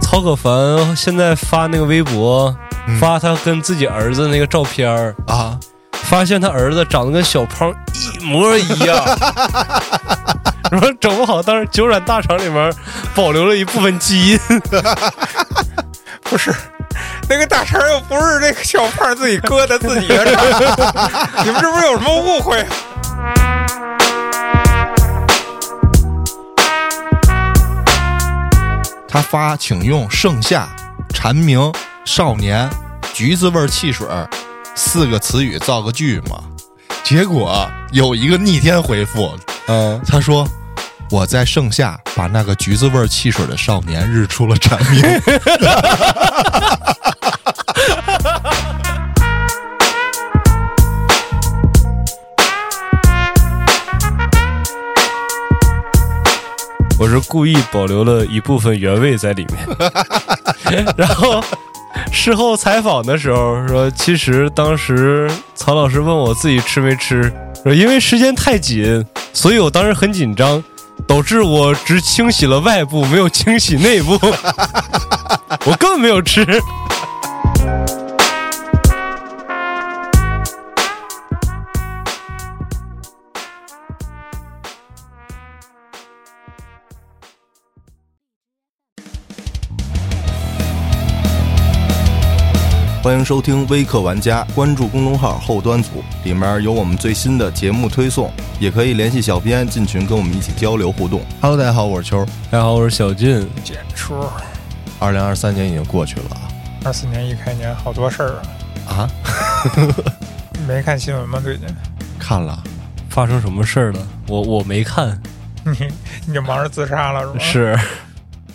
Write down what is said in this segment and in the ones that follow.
曹可凡现在发那个微博，发他跟自己儿子那个照片儿，啊，发现他儿子长得跟小胖一模一样，然后整不好当时九染大厂里面保留了一部分基因，不是，那个大肠又不是那个小胖自己割的自己 的肠，你们是不是有什么误会？啊他发请用盛夏、蝉鸣、少年、橘子味儿汽水儿四个词语造个句嘛。结果有一个逆天回复，嗯，他说：“我在盛夏把那个橘子味儿汽水的少年日出了蝉鸣。我是故意保留了一部分原味在里面， 然后事后采访的时候说，其实当时曹老师问我自己吃没吃，说因为时间太紧，所以我当时很紧张，导致我只清洗了外部，没有清洗内 部，我根本没有吃。 欢迎收听微客玩家，关注公众号后端组，里面有我们最新的节目推送，也可以联系小编进群跟我们一起交流互动。Hello，大家好，我是秋。大家好，我是小俊，简出，二零二三年已经过去了啊二四年一开年好多事儿啊！啊， 没看新闻吗？最近 看了，啊发生什么事儿了？我我没看，你你就忙着自杀了是吗？是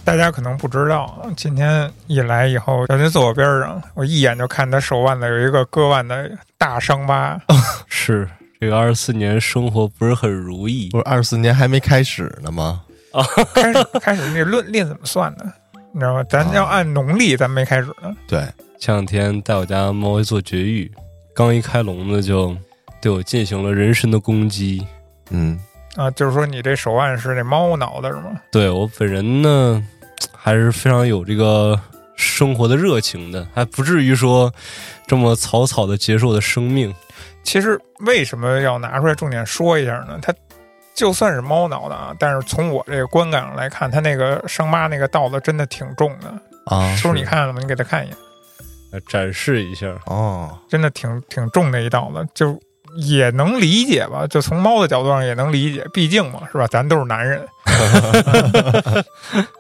大家可能不知道，今天一来以后，小军坐我边上，我一眼就看他手腕子有一个割腕的大伤疤，是，这个二十四年生活不是很如意不是二四年还没开始呢吗？开始开始那论列怎么算的，你知道吗？咱要按农历，咱没开始呢。对，前两天带我家猫去做绝育，刚一开笼子就对我进行了人身的攻击。嗯，啊，就是说你这手腕是那猫挠的是吗？对我本人呢，还是非常有这个生活的热情的，还不至于说这么草草的结束我的生命。其实为什么要拿出来重点说一下呢？它就算是猫挠的啊，但是从我这个观感上来看，它那个伤疤那个道子真的挺重的。啊，叔，你看了吗？你给他看一眼，来展示一下，哦，真的挺挺重的一道子，就也能理解吧？就从猫的角度上也能理解，毕竟嘛，是吧？咱都是男人。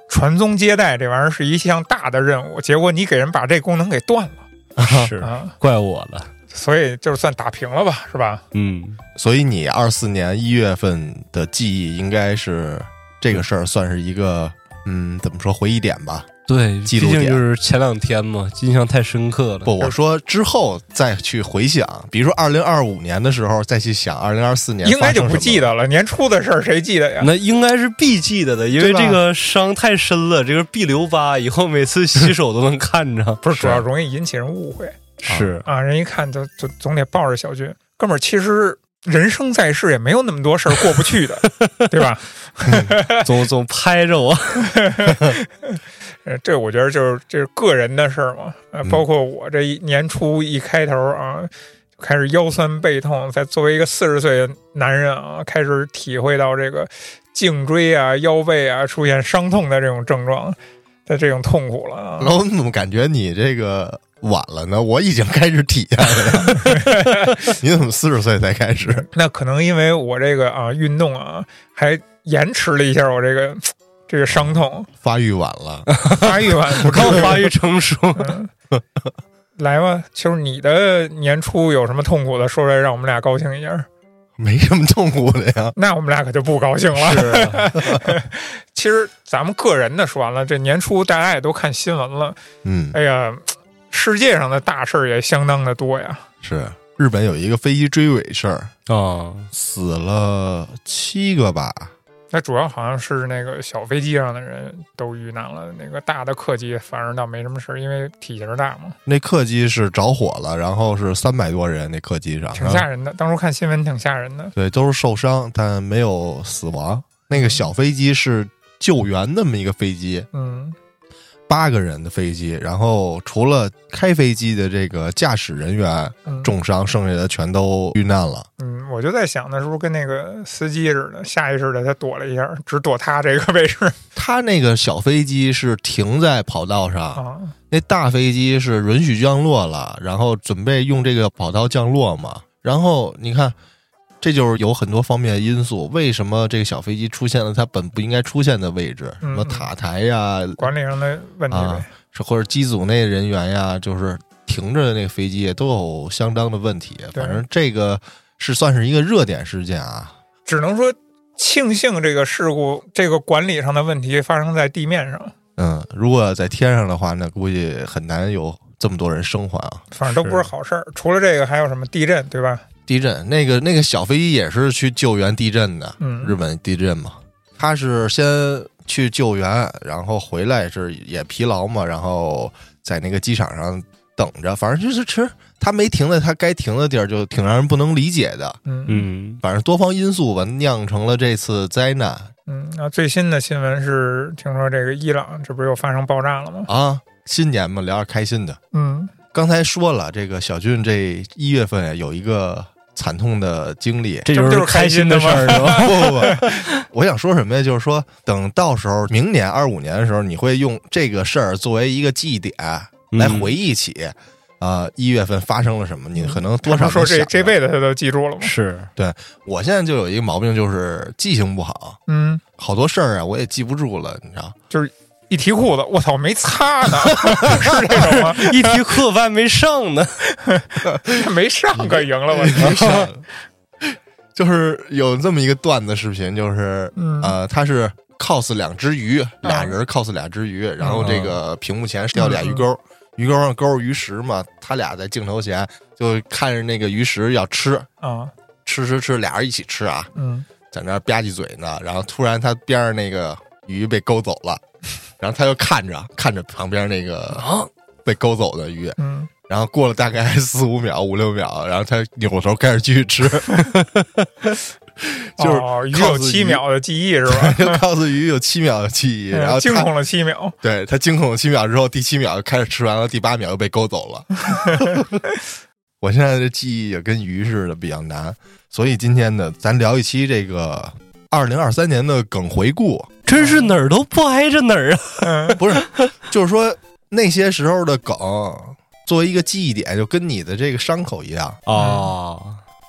传宗接代这玩意儿是一项大的任务，结果你给人把这功能给断了是啊，怪我了。所以就是算打平了吧，是吧？嗯，所以你二四年一月份的记忆应该是这个事儿，算是一个嗯，怎么说回忆点吧？嗯对，记毕录竟点就是前两天嘛，印象太深刻了。不，我说之后再去回想，比如说二零二五年的时候再去想二零二四年，应该就不记。得了，年初的事儿谁记得呀？那应该是必记得的，因为对吧这个伤太深了，这个必留疤，以后每次洗手都能看 着。不是，主要容易引起人误会是，啊！人一看就就总得抱着小军，哥们儿，其实人生在世也没有那么多事儿过不去的，对吧？ 总总拍着 我。呃，这我觉得就是这是个人的事儿嘛，呃，嗯包括我这一年初一开头啊，就开始腰酸背痛，在作为一个四十岁的男人啊，开始体会到这个颈椎啊、腰背啊出现伤痛的这种症状的这种痛苦了啊。然后你怎么感觉你这个晚了呢？我已经开始体验了。 你怎么四十岁才开始？那可能因为我这个啊运动啊，还延迟了一下我这个这个伤痛发育晚了？发育完，我刚发育成熟，嗯。来吧，就是你的年初有什么痛苦的，说出来让我们俩高兴一下。没什么痛苦的呀。那我们俩可就不高兴了。 其实咱们个人的说完了，这年初大家也都看新闻了。嗯，哎呀，世界上的大事儿也相当的多呀。是日本有一个飞机追尾事儿，啊，死了七个吧？那主要好像是那个小飞机上的人都遇难了，那个大的客机反而倒没什么事儿，因为体型大嘛。那客机是着火了，然后是三百多人，那客机上挺吓人的。当初看新闻挺吓人的。对，都是受伤，但没有死亡。那个小飞机是救援那么一个飞机，嗯八个人的飞机，然后除了开飞机的这个驾驶人员嗯，重伤，剩下的全都遇难了。嗯，我就在想，那是不是跟那个司机似的，下意识的他躲了一下，只躲他这个位置 他那个小飞机是停在跑道上，啊？那大飞机是允许降落了，然后准备用这个跑道降落嘛。然后你看，这就是有很多方面的因素，为什么这个小飞机出现了它本不应该出现的位置，什嗯么塔台呀、管理上的问题呗啊。，是或者机组内人员呀，就是停着的那个飞机也都有相当的问题。对反正这个是算是一个热点事件啊。只能说庆幸这个事故，这个管理上的问题发生在地面上，嗯，如果在天上的话，那估计很难有这么多人生还啊。反正都不是是好事儿。除了这个，还有什么地震，对吧？地震那个那个小飞机也是去救援地震的，嗯日本地震嘛，他是先去救援，然后回来是也疲劳嘛，然后在那个机场上等着，反正就是吃他没停在他该停的地儿，就挺让人不能理解的。嗯嗯，，反正多方因素吧，酿成了这次灾难嗯。那最新的新闻是，听说这个伊朗这不是又发生爆炸了吗？啊。新年嘛，聊点开心的。嗯刚才说了，这个小俊这一月份啊有一个惨痛的经历这就是开心的事儿，是吧？不 不不，我想说什么呀？就是说，等到时候明年二五年的时候，你会用这个事儿作为一个祭点来回忆起。啊，一、月份发生了什么？你可能多他少们说能想这着这辈子他都记住了吗？ 是，我现在就有一个毛病，就是记性不好，嗯，好多事儿啊我也记不住了，你知道？一提裤子，我操，没擦呢， 是这种吗？ 一提课班没上呢，没上个赢了我操。没事儿，就是有这么一个段子视频，就是嗯呃，他是 cos 两只鱼，俩人 cos 俩只鱼，然后这个屏幕前掉俩鱼钩，鱼钩上钩着鱼食嘛，他俩在镜头前就看着那个鱼食要吃，啊，吃吃吃，俩人一起吃啊，嗯在那儿吧唧嘴呢，然后突然他边上那个鱼被勾走了，然后他就看着看着旁边那个被勾走的鱼，嗯，然后过了大概 四五秒、五六秒，然后他扭头开始继续吃，就是哦鱼靠有自己七秒的记忆是 吧？就告诉鱼有七秒的记忆，嗯然后惊他恐了七秒，对他惊恐了七秒之后，第七秒就开始吃完了，第八秒又被勾走了。我现在的记忆也跟鱼似的，比较难，所以今天呢，咱聊一期这个二零二三年的梗回顾， 真是哪儿都不挨着哪儿啊！嗯不是，就是说那些时候的梗，作为一个记忆点，就跟你的这个伤口一样。哦，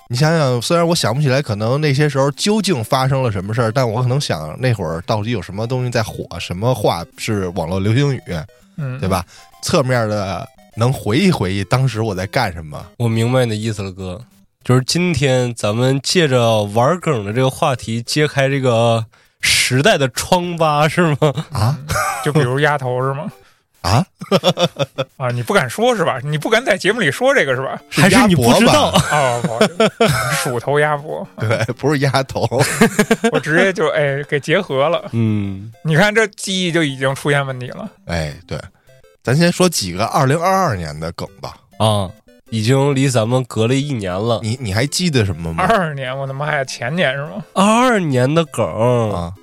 你想想，虽然我想不起来可能那些时候究竟发生了什么事儿，但我可能想那会儿到底有什么东西在火，什么话是网络流行语，嗯，对？吧？侧面的能回忆回忆当时我在干什么。我明白你的意思了，哥，就是今天咱们借着玩梗的这个话题，揭开这个时代的疮疤，是吗？啊就比如丫头是吗？啊， 啊，你不敢说是吧？你不敢在节目里说这个是吧？还是你不知道鸭脖吧？哦，不好意思鼠头鸭脖，对，不是鸭头。我直接就哎给结合了。嗯，你看这记忆就已经出现问题了。哎，对，咱先说几个二零二二年的梗吧。啊，已经离咱们隔了一年了。你你还记得什么吗二？二年，我的妈呀，前年是吗？二二年的梗，啊，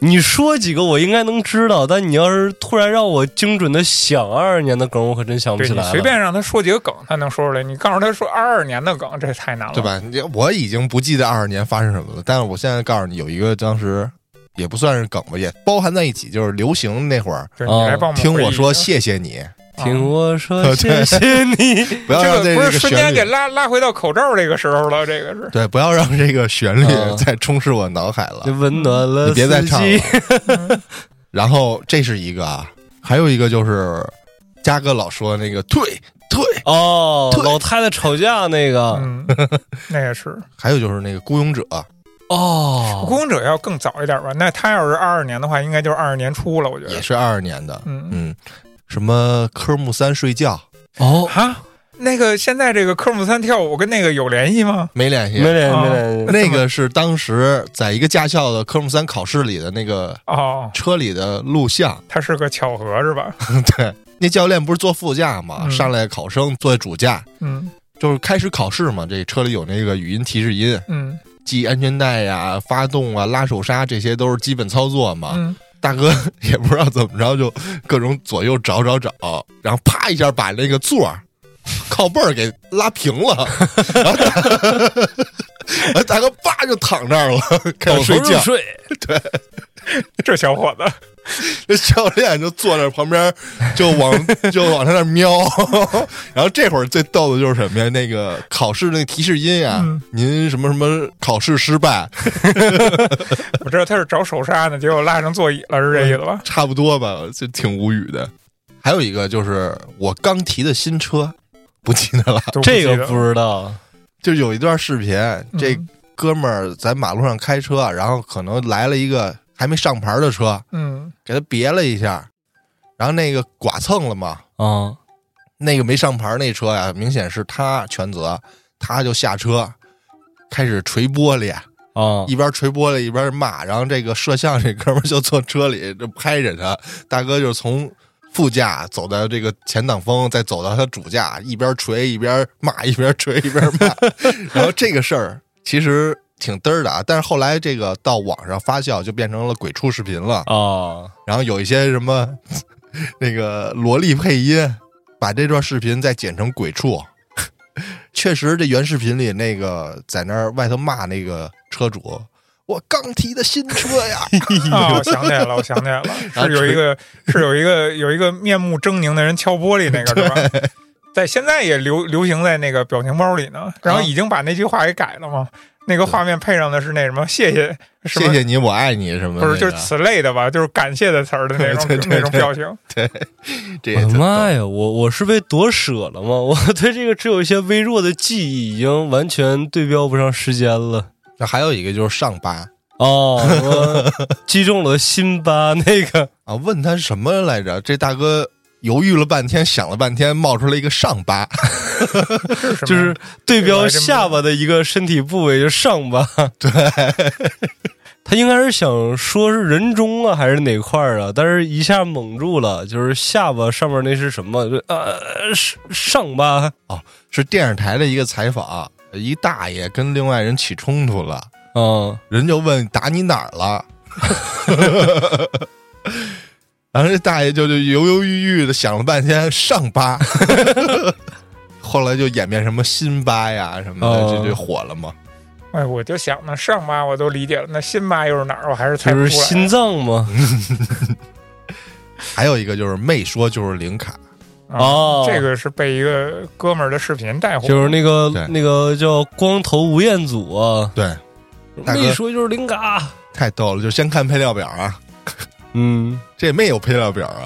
你说几个我应该能知道，但你要是突然让我精准的想二二年的梗，我可真想不对起你来了。随便让他说几个梗，他能说出来。你告诉他说二二年的梗，这太难了，对？吧？你我已经不记得二二年发生什么了，但是我现在告诉你，有一个当时也不算是梗吧，也包含在一起，就是流行那会儿，对，你来哦帮们听回忆我一说下谢 谢你，啊听我说，对谢谢你。不要这让个不这是个瞬间旋律给拉拉回到口罩这个时候了，这个 是。对，不要让这个旋律啊嗯再充斥我脑海了就。温暖了 你别再四唱季了。嗯然后这是一个啊，还有一个就是嘉哥老说那个退退，哦，对老太太吵架那个嗯，那也是。还有就是那个孤勇者， 《哦，孤勇者》要更早一点吧？那他要是二二年的话，应该就是二二年初了，我觉也得。是二二年的，嗯嗯，什么科目三睡觉嗯哦，啊，那个现在这个科目三跳舞跟那个有联系吗？没联没系。脸啊没脸，那个是当时在一个驾校的科目三考试里的那个哦，车里的录像， 它是个巧合是吧？对，那教练不是坐副驾嘛，嗯上来考生坐在主驾，嗯就是开始考试嘛，这车里有那个语音提示音，嗯系安全带呀、发动啊、拉手刹，这些都是基本操作嘛。嗯，大哥也不知道怎么着，就各种左右找找找，然后啪一下把那个座儿靠背儿给拉平了，然后大 然后大哥叭就躺那儿了，开始睡入觉。哦睡，这小伙子，这教练就坐在旁边，就往就往他那儿瞄。然后这会儿最逗的就是什么呀？那个考试那提示音啊，嗯您什么什么考试失败，我知道他是找手刹呢，结果拉上座椅了，是这意思吧？差不多吧，就挺无语的。还有一个就是我刚提的新车，不记得了。都这记个得不知道。就有一段视频，这嗯哥们儿在马路上开车，然后可能来了一个还没上牌的车，嗯，给他别了一下，然后那个剐蹭了嘛，嗯啊，那个没上牌那车呀，明显是他全责，他就下车开始捶玻璃，啊，一边捶玻璃一边骂，然后这个摄像这哥们儿就坐车里就拍着他，大哥就是从副驾走到这个前挡风，再走到他主驾，一边捶一边骂，一边捶一边骂，然后这个事儿其实挺嘚儿的啊，但是后来这个到网上发酵就变成了鬼畜视频了，啊，然后有一些什么 那个萝莉配音，把这段视频再剪成鬼畜。 确实，这原视频里那个在那儿外头骂那个车主，我刚提的新车 呀，啊，我想起来了，我想起来了，哦 然后是有一个是有一个有一个面目狰狞的人敲玻璃那 个是吧？在现在也流流行在那个表情包里呢，然后啊已经把那句话给改了嘛。那个画面配上的是那什么，谢谢什谢么，谢你，我爱你什么的不那个？是就是此类的吧，就是感谢的词儿的那种 对对对那种表情。这我也嗯的挺妈呀！我我是被夺舍了吗？ 我对这个只有一些微弱的记忆，已经完全对标不上时间了。那还有一个就是上巴哦，我击中了辛巴那个啊，问他什么来着？这大哥犹豫了半天，想了半天，冒出来一个上巴，是什么就是对这个标我还真不下巴的一个身体部位，就上巴。对，他应该是想说是人中啊，还是哪块儿啊？但是一下蒙住了，就是下巴上面那是什么？就呃，是上巴。是电视台的一个采访，一大爷跟另外人起冲突了。嗯，人就问打你哪儿了， 然后这大爷就就犹犹豫豫的想了半天上八， 后来就演变什么辛巴呀什么的，哦这就火了嘛。哎，我就想呢，上巴我都理解了，那新巴又是哪儿？我还是猜就不是出来。啊心脏嘛。还有一个就是没说就是零卡，啊哦这个是被一个哥们儿的视频带火，就是那个对那个叫光头吴彦祖啊，对，大哥没说就是零嘎，太逗了，就先看配料表啊，嗯，这没有配料表啊，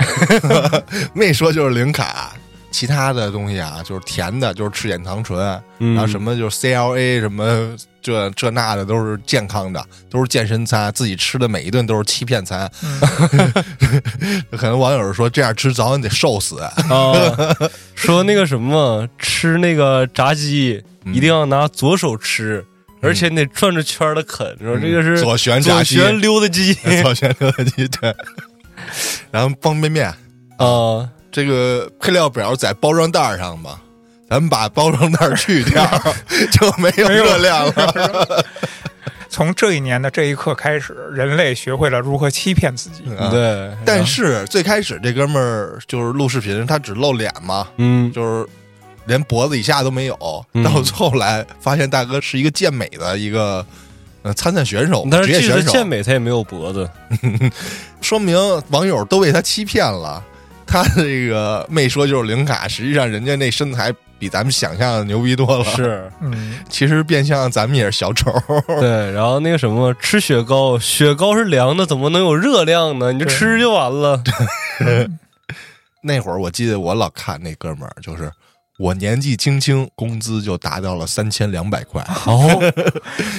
没说就是零卡。其他的东西啊，就是甜的，就是赤藓糖醇，然然后什么就是 CLA 什么这这那的都是健康的，都是健身餐，自己吃的每一顿都是欺骗餐。嗯 可能网友说这样吃早晚得瘦 死，啊，说那个什么吃那个炸鸡嗯一定要拿左手吃，而且你得转着圈的啃，说这个是左旋炸左鸡，旋溜达 鸡左旋炸鸡对。然后方便面啊，这个配料表在包装袋上嘛，咱们把包装袋去掉 就没有热量了。从这一年的这一刻开始，人类学会了如何欺骗自己。啊对，但是最开始这哥们儿就是录视频，他只露脸嘛，嗯，就是连脖子以下都没有。嗯到后来发现大哥是一个健美的一个呃参赛选手，但职是业记得选健手，美他也没有脖子，说明网友都被他欺骗了。他这个没说就是零卡，实际上人家那身材比咱们想象的牛逼多了。，是嗯，其实变相咱们也是小丑。 对，然后那个什么吃雪糕，雪糕是凉的，怎么能有热量呢？你就对吃就完 了，那会儿我记得我老看那哥们儿，就是我年纪轻轻，工资就达到了三千两百块，哦，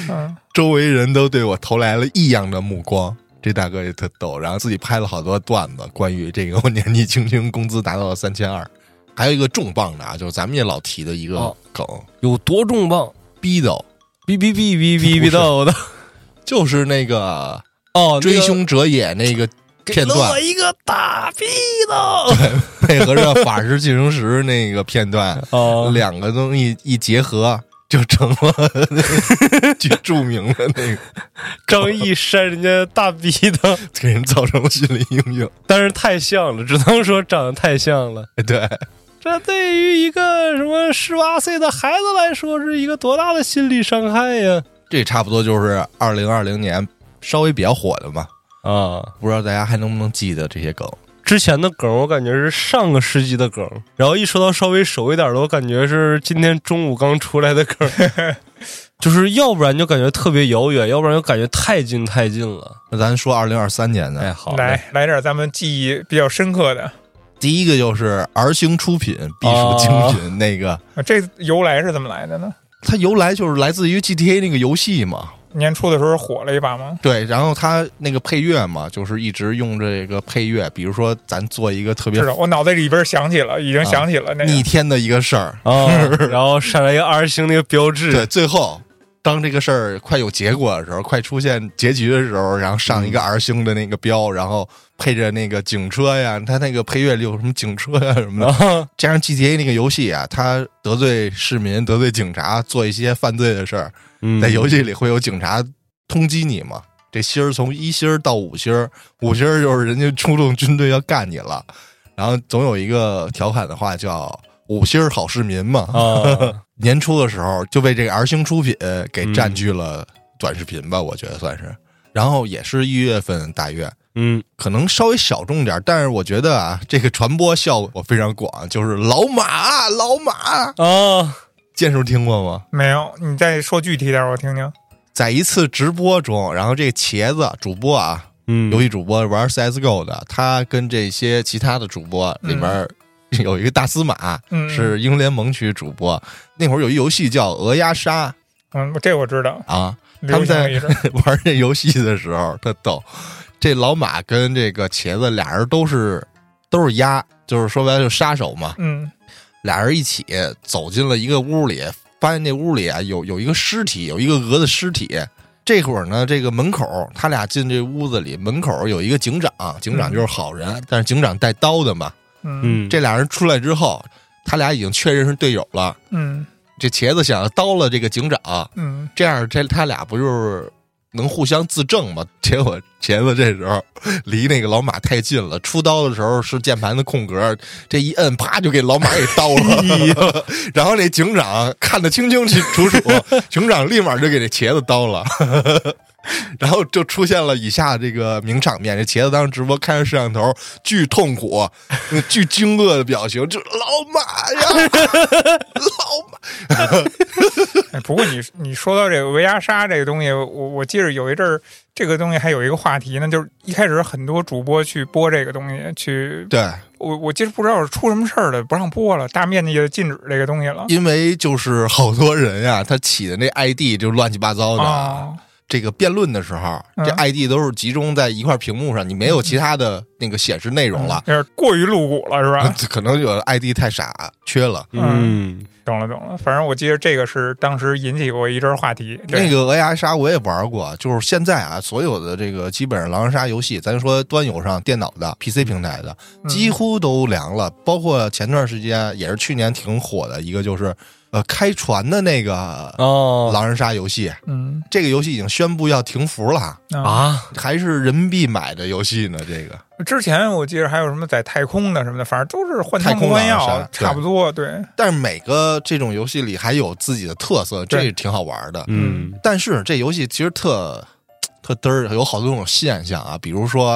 嗯周围人都对我投来了异样的目光。这大哥也特逗，然后自己拍了好多段子，关于这个我年纪轻轻工资达到了三千二， 还有一个重磅的啊，就是咱们也老提的一个哦梗，有多重磅？逼斗，哔哔哔哔哔不哔是到的就是那个哦， 追凶者也那个片 段，一哦个大逼斗配合着法制进行时那个片段，哦，两个东西一结合，就成 了巨著名的那个，张译扇人家大逼的， 给人造成了心理阴影。哎但是太像了，只能说长得太像了。对，这对于一个什么十八岁的孩子来说，是一个多大的心理伤害呀！这差不多就是二零二零年稍微比较火的吧。啊，不知道大家还能不能记得这些梗？之前的梗我感觉是上个世纪的梗，然后一说到稍微熟一点的，我感觉是今天中午刚出来的 梗，就是要不然就感觉特别遥远，要不然就感觉太近太近了。那咱说二零二三年的，哎，好嘞，来来点咱们记忆比较深刻的。第一个就是儿星出品必属精品，那个啊这由来是怎么来的呢？它由来就是来自于 GTA 那个游戏嘛。年初的时候火了一把吗？对，然后它那个配乐嘛，就是一直用这个配乐，比如说咱做一个特别啊知道，我脑袋里边想起了，已经想起了那个。逆天的一个事儿， 啊，然后上来一个 R 星那个标对，志，最后当这个事儿快有结果的时候，快出现结局的时候，然后上一个 R 星的那个标，然后配着那个警车呀，它那个配乐里有什么警车呀什么的然，后加上 GTA 那个游戏啊，它得罪市民、得罪警察，做一些犯罪的事儿，嗯在游戏里会有警察通缉你嘛。这星儿从一星儿到五星儿，五星儿就是人家出动军队要干你了，然后总有一个调侃的话叫“五星儿好市民”嘛，啊，年初的时候就被这个 R 星出品给占据了短视频吧，我觉得算是。然后也是一月份大月，嗯，可能稍微小众点儿，但是我觉得啊，这个传播效果非常广，就是老马，老马，啊，剑叔听过吗？没有，你再说具体点儿，我听听。在一次直播中，然后这个茄子主播啊，嗯，游戏主播玩 CSGO 的，他跟这些其他的主播里面 有一个大司马，嗯是英联盟区主播。那会儿有一游戏叫《鹅鸭杀嗯，这我知道》，啊，流他们行在了 一阵。玩这游戏的时候，特逗。这老马跟这个茄子俩人都是都是鸭，就是说白了就是杀手嘛。嗯俩人一起走进了一个屋里，发现这屋里啊有有一个尸体，有一个鹅的尸体。这会儿呢，这个门口他俩进这屋子里，门口有一个警长，警长就是好人，但是警长带刀的嘛。嗯嗯，这俩人出来之后，他俩已经确认是队友了。嗯这茄子想要刀了这个警长，嗯，这样这他俩不就是能互相自证吗？结果茄子这时候离那个老马太近了，出刀的时候是键盘的空格，这一摁啪就给老马给刀了。 然后那警长看得清清楚楚，警长立马就给这茄子刀了。 然后就出现了以下这个名场面：这茄子当时直播看着摄像头，巨痛苦、嗯巨惊愕的表情，就是老马呀，老马。哎，不过你你说到这个鹅鸭杀这个东西，我我记着有一阵儿，这个东西还有一个话题呢，就是一开始很多主播去播这个东西，去对，我我记得不知道是出什么事儿了，不让播了，大面积的禁止这个东西了。因为就是好多人呀、他起的那 ID 就乱七八糟的。啊，这个辩论的时候，嗯这 ID 都是集中在一块屏幕上，你没有其他的那个显示内容了。嗯有点过于露骨了，是吧？ 可能有 ID 太傻缺了。嗯，懂了懂了，反正我记得这个是当时引起过一阵儿话题。对那个鹅鸭杀我也玩过，就是现在啊，所有的这个基本上狼人杀游戏，咱说端游上、电脑的、PC 平台的，嗯几乎都凉了。包括前段时间也是去年挺火的一个，就是呃开船的那个哦狼人杀游戏，嗯这个游戏已经宣布要停服了。嗯啊，啊，还是人民币买的游戏呢？这个之前我记得还有什么在太空的什么的，反正都是换太汤空不换狼药人杀，差不多。对，但是每个这种游戏里还有自己的特色，对这挺好玩的。嗯但是这游戏其实特特嘚儿，有好多种现象啊，比如说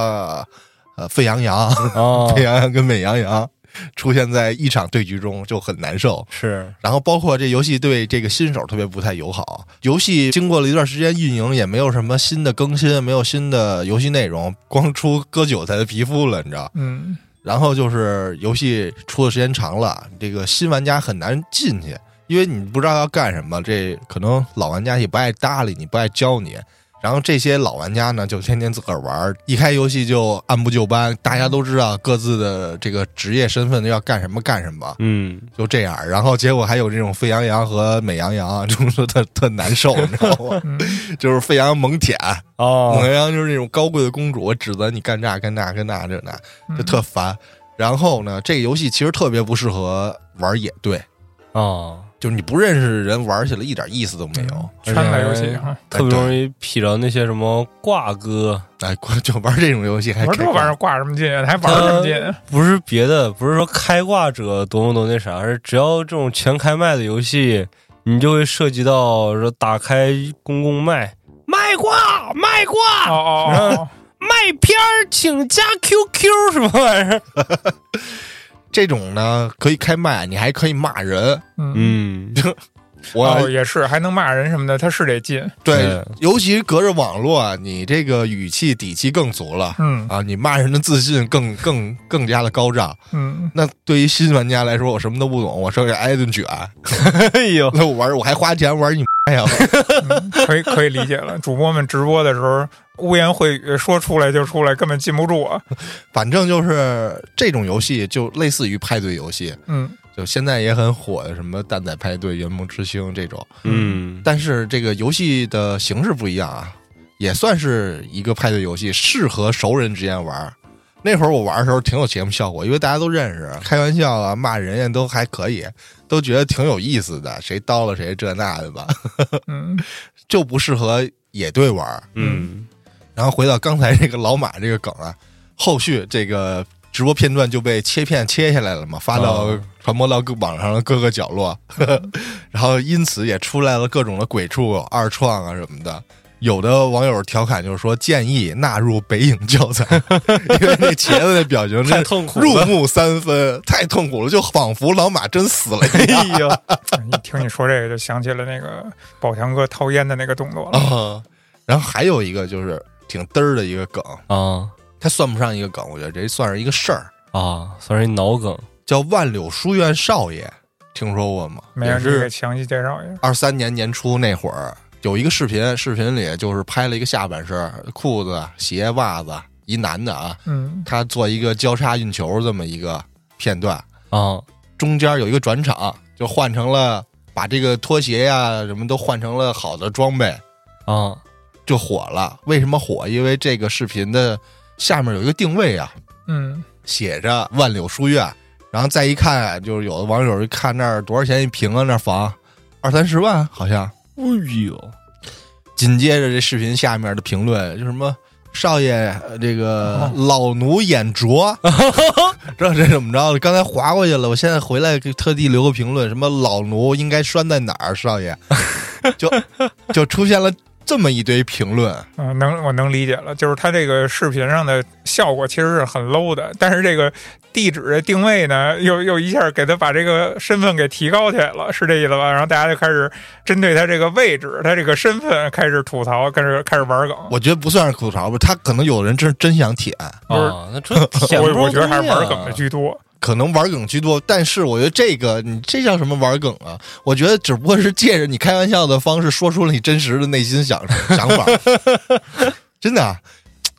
呃沸羊羊、哦， 沸羊羊跟美羊羊出现在一场对局中就很难受。是然后包括这游戏对这个新手特别不太友好，游戏经过了一段时间运营，也没有什么新的更新，没有新的游戏内容，光出割韭菜的皮肤了，你知道？嗯然后就是游戏出的时间长了，这个新玩家很难进去，因为你不知道要干什么。这可能老玩家也不爱搭理你，不爱教你。然后这些老玩家呢，就天天自个儿玩儿，一开游戏就按部就班，大家都知道各自的这个职业身份要干什么干什么， 嗯就这样。然后结果还有这种沸羊羊和美羊羊，就是说特特难受，你知道吗？嗯， 就是沸羊羊猛舔，哦 美羊羊就是那种高贵的公主，我指责你干这干那干那这那。嗯就特烦。然后呢，这个游戏其实特别不适合玩野队，哦，就是你不认识人，玩起来一点意思都没有。圈子游戏啊，特别容易匹着那些什么挂哥，哎， 光就玩这种游戏还呃玩这开挂玩意儿挂什么劲？啊还玩什么劲？不是别的，不是说开挂者多么多那啥，而是只要这种全开麦的游戏，你就会涉及到说打开公共麦，卖挂卖哦挂哦哦，卖片儿，请加 QQ 什么玩意儿？这种呢，可以开麦，你还可以骂人。嗯，嗯，我、哦也是，还能骂人什么的，他是得进，对对，尤其隔着网络啊，你这个语气底气更足了。嗯啊，你骂人的自信更更更加的高涨。嗯，那对于新玩家来说，我什么都不懂，我剩下挨顿卷， 哎呦，那我玩我还花钱玩你妈呀！ 嗯可以可以理解了。主播们直播的时候污言秽语，说出来就出来，根本禁不住啊。反正就是这种游戏，就类似于派对游戏，嗯，就现在也很火的什么蛋仔派对、圆梦之星这种。嗯，但是这个游戏的形式不一样啊，也算是一个派对游戏，适合熟人之间玩儿。那会儿我玩的时候挺有节目效果，因为大家都认识，开玩笑啊、骂人呀都还可以，都觉得挺有意思的，谁叨了谁这那的吧，嗯，就不适合野队玩儿。嗯，然后回到刚才这个老马这个梗啊，后续这个直播片段就被切片切下来了嘛，发到、哦传播到各网上的各个角落， 然后因此也出来了各种的鬼畜、二创啊什么的。有的网友调侃就是说，建议纳入北影教材， 因为那茄子那表情真太是痛苦入了，木三分，太痛苦了，就仿佛老马真死了一样。哎呦，一听你说这个，就想起了那个宝强哥掏烟的那个动作了。啊然后还有一个就是挺嘚儿的一个梗，啊它算不上一个梗，我觉得这算是一个事儿。啊，算是一脑梗，叫万柳书院少爷，听说过吗？没有，也你给是详细介绍一下。二三年年初那会儿，有一个视频，视频里就是拍了一个下半身，裤子、鞋、袜子，一男的啊，嗯他做一个交叉运球这么一个片段，啊，中间有一个转场，就换成了把这个拖鞋呀、什么都换成了好的装备，啊，就火了。为什么火？因为这个视频的下面有一个定位啊，嗯写着万柳书院，然后再一看，就是有的网友一看那儿多少钱一平啊，那房二三十万好像。哎呦，紧接着这视频下面的评论就什么少爷呃这个老奴眼拙，这这怎么着的？刚才划过去了，我现在回来给特地留个评论，什么老奴应该拴在哪儿？少爷就就出现了这么一堆评论，嗯、能我能理解了，就是他这个视频上的效果其实是很 low 的，但是这个地址的定位呢，又又一下给他把这个身份给提高起来了，是这意思吧？然后大家就开始针对他这个位置、他这个身份开始吐槽，开始开始玩梗。我觉得不算是吐槽吧，他可能有人真真想舔，就是啊，那这舔不我着我觉得还是东西啊玩梗的居多。可能玩梗居多，但是我觉得这个你这叫什么玩梗啊？我觉得只不过是借着你开玩笑的方式说出了你真实的内心想 想法，真的啊。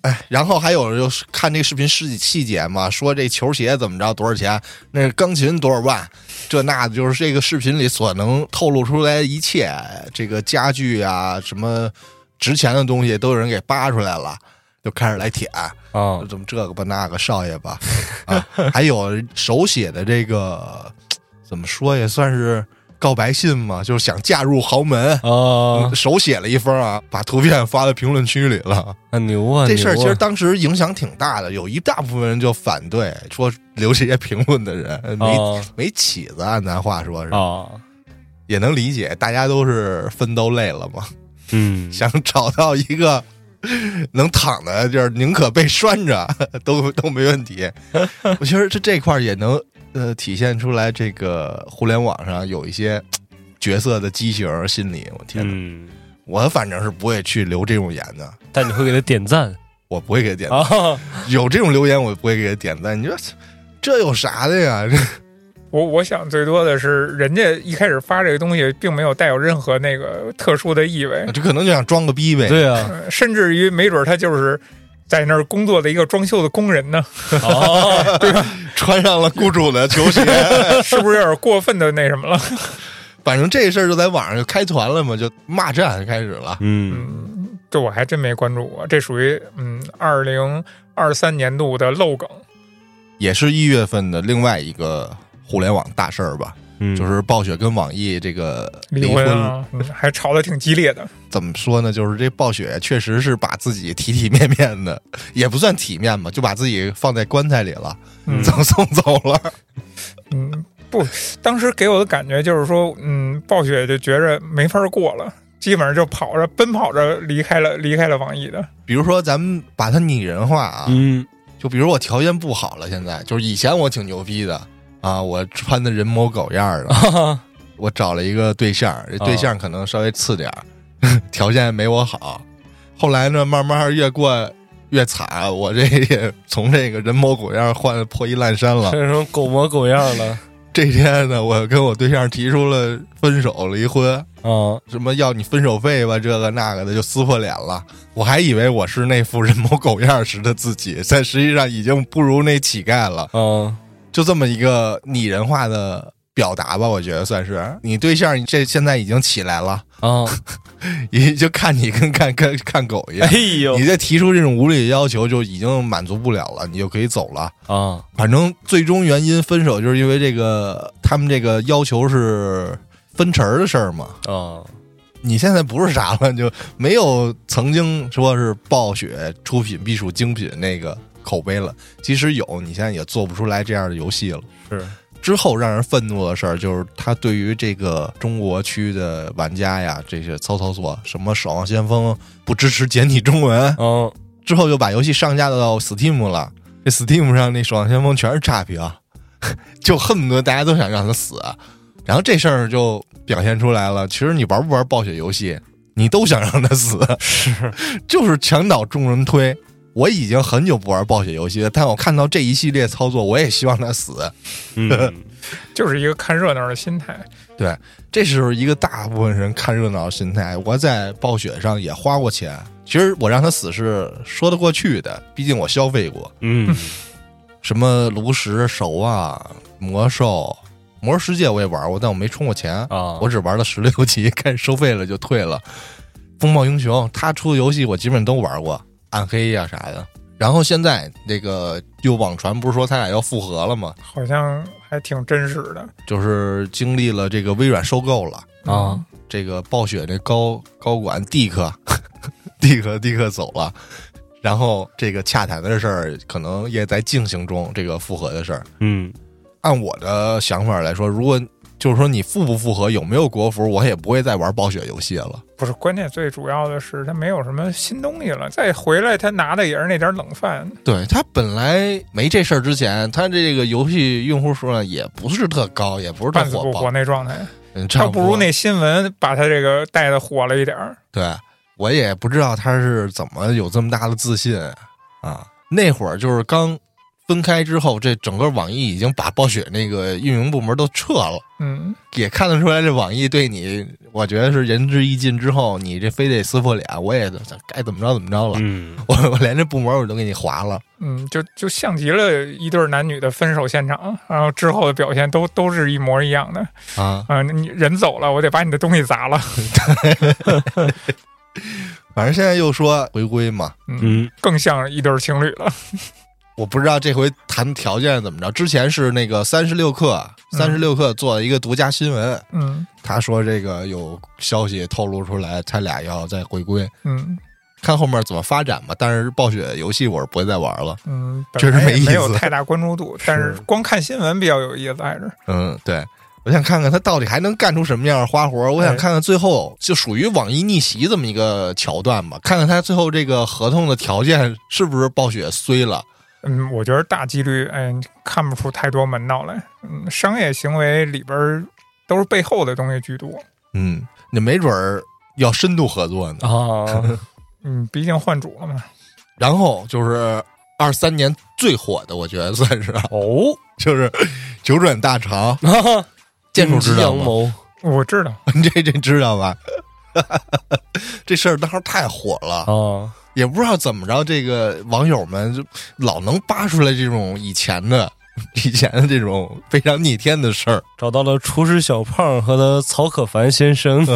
哎，然后还有就是看这个视频细细节嘛，说这球鞋怎么着多少钱，那钢琴多少万，这那的，就是这个视频里所能透露出来的一切，这个家具啊，什么值钱的东西都有人给扒出来了，就开始来舔。啊怎么这个吧那个少爷吧，啊，还有手写的这个怎么说也算是告白信嘛，就是想嫁入豪门，啊嗯，手写了一封啊，把图片发到评论区里了。啊牛啊！这事儿牛其啊实当时影响挺大的，有一大部分人就反对，说留这些评论的人没、没起子，按咱话说是，啊啊也能理解，大家都是奋斗累了嘛，嗯想找到一个能躺的地儿，宁可被拴着都都没问 题。我觉得这这块儿也能呃体现出来，这个互联网上有一些嘖角色的畸形心理。我天哪，嗯，我反正是不会去留这种言的，但你会给他点赞我不会给他点赞。啊有这种留言，我不会给他点赞。你说这有啥的呀？ 我我想最多的是，人家一开始发这个东西，并没有带有任何那个特殊的意味 这，这可能就想装个逼呗。对啊，呃甚至于没准他就是在那儿工作的一个装修的工人 呢。啊穿上 了雇主的球鞋，是不是有点过分的那什么了？ 反正这事儿就在网上就开团了嘛，就骂战就开始了。嗯嗯，这我还真没关注过，这属于嗯二零二三年度的漏梗。也是一月份的另外一个互联网大事儿吧。嗯，就是暴雪跟网易这个离婚婚啊，嗯还吵得挺激烈 的。怎么说呢？就是这暴雪确实是把自己体体面面的， 也不算体面吧，就把自己放在棺材里了， 嗯送送走了。嗯，不，当时给我的感觉就是说，嗯，暴雪就觉着没法过了，基本上就跑着奔跑着离开了，离开了网易的。比如说，咱们把它拟人化啊，嗯就比如我条件不好了，现在就是以前我挺牛逼的啊，我穿的人模狗样的，啊，我找了一个对象，这对象可能稍微次点儿， 条件没我好。后来呢，慢慢越过越惨，我这也从这个人模狗样换得破衣烂衫了。变成狗模狗样了这天呢，我跟我对象提出了分手离婚，啊，什么要你分手费吧，这个那个的就撕破脸了。我还以为我是那副人模狗样时的自己，但实际上已经不如那乞丐了。嗯就这么一个拟人化的表达吧，我觉得算是你对象这现在已经起来了， 啊，也就看你跟看跟看狗一样哎。呦你再提出这种无理的要求，就已经满足不了了，你就可以走了。啊，反正最终原因分手，就是因为这个他们这个要求是分成儿的事儿嘛。啊，你现在不是啥了，就没有曾经说是暴雪出品必属精品那个口碑了。即使有，你现在也做不出来这样的游戏了。是，之后让人愤怒的事儿，就是他对于这个中国区的玩家呀，这些操操作，什么《守望先锋》不支持简体中文， 嗯之后就把游戏上架到 Steam 了。这 Steam 上那《守望先锋》全是差评， 就恨不得大家都想让他死。然后这事儿就表现出来了，其实你玩不玩暴雪游戏，你都想让他死， 是，就是墙倒众人推。我已经很久不玩暴雪游戏了，但我看到这一系列操作，我也希望他死。 嗯就是一个看热闹的心态，这是一个大部分人看热闹的心态。我在暴雪上也花过钱，其实我让他死是说得过去的，毕竟我消费过嗯什么炉石、手腕、魔兽、魔兽世界我也玩过，但我没充过钱，啊，我只玩了十六级， 该收费了就退了。风暴英雄他出的游戏我基本都玩过，暗黑呀、啥的。然后现在那个又网传不是说他俩要复合了吗？好像还挺真实的就是经历了这个微软收购了。啊。嗯这个暴雪这高高管蒂克， 蒂克蒂克走了，然后这个洽谈的事儿可能也在进行中，这个复合的事儿。嗯按我的想法来说，如果就是说你复不复合，有没有国服，我也不会再玩暴雪游戏了。不是关键，最主要的是他没有什么新东西了，再回来他拿的也是那点冷饭。对他本来没这事儿之前，他这个游戏用户数量也不是特高，也不是特半死火不活爆，那状态，嗯，差他不如那新闻把他这个带的火了一点儿。对我也不知道他是怎么有这么大的自信啊。那会儿就是刚分开之后，这整个网易已经把暴雪那个运营部门都撤了，嗯，也看得出来这网易对你，我觉得是仁至义尽之后，你这非得撕破脸，我也该怎么着怎么着了。嗯我我连这部门我都给你划了，嗯，就就像极了一对男女的分手现场，然后之后的表现都都是一模一样的啊！啊、你人走了，我得把你的东西砸了。反正现在又说回归嘛，嗯，嗯更像一对情侣了。我不知道这回谈条件怎么着。之前是那个三十六氪，三十六氪做了一个独家新闻，嗯他说这个有消息透露出来，他俩要再回归，嗯看后面怎么发展吧。但是暴雪游戏我是不会再玩了。嗯，确实本来没也意思没有太大关注度，但是是光看新闻比较有意思，还是嗯，对，我想看看他到底还能干出什么样的花活。我想看看最后就属于网易逆袭这么一个桥段吧，看看他最后这个合同的条件是不是暴雪衰了。嗯，我觉得大几率，哎，看不出太多门道来。嗯，商业行为里边儿都是背后的东西居多。嗯，你没准儿要深度合作呢。啊， 嗯，毕竟换主了嘛。然后就是二三年最火的，我觉得算是啊哦，就是九转大肠，建筑知啊道阳吗？谋，我知道，你这这知道吧？ 这事儿当时太火了，啊，也不知道怎么着，这个网友们就老能扒出来这种以前的、以前的这种非常逆天的事儿。找到了厨师小胖和他曹可凡先生。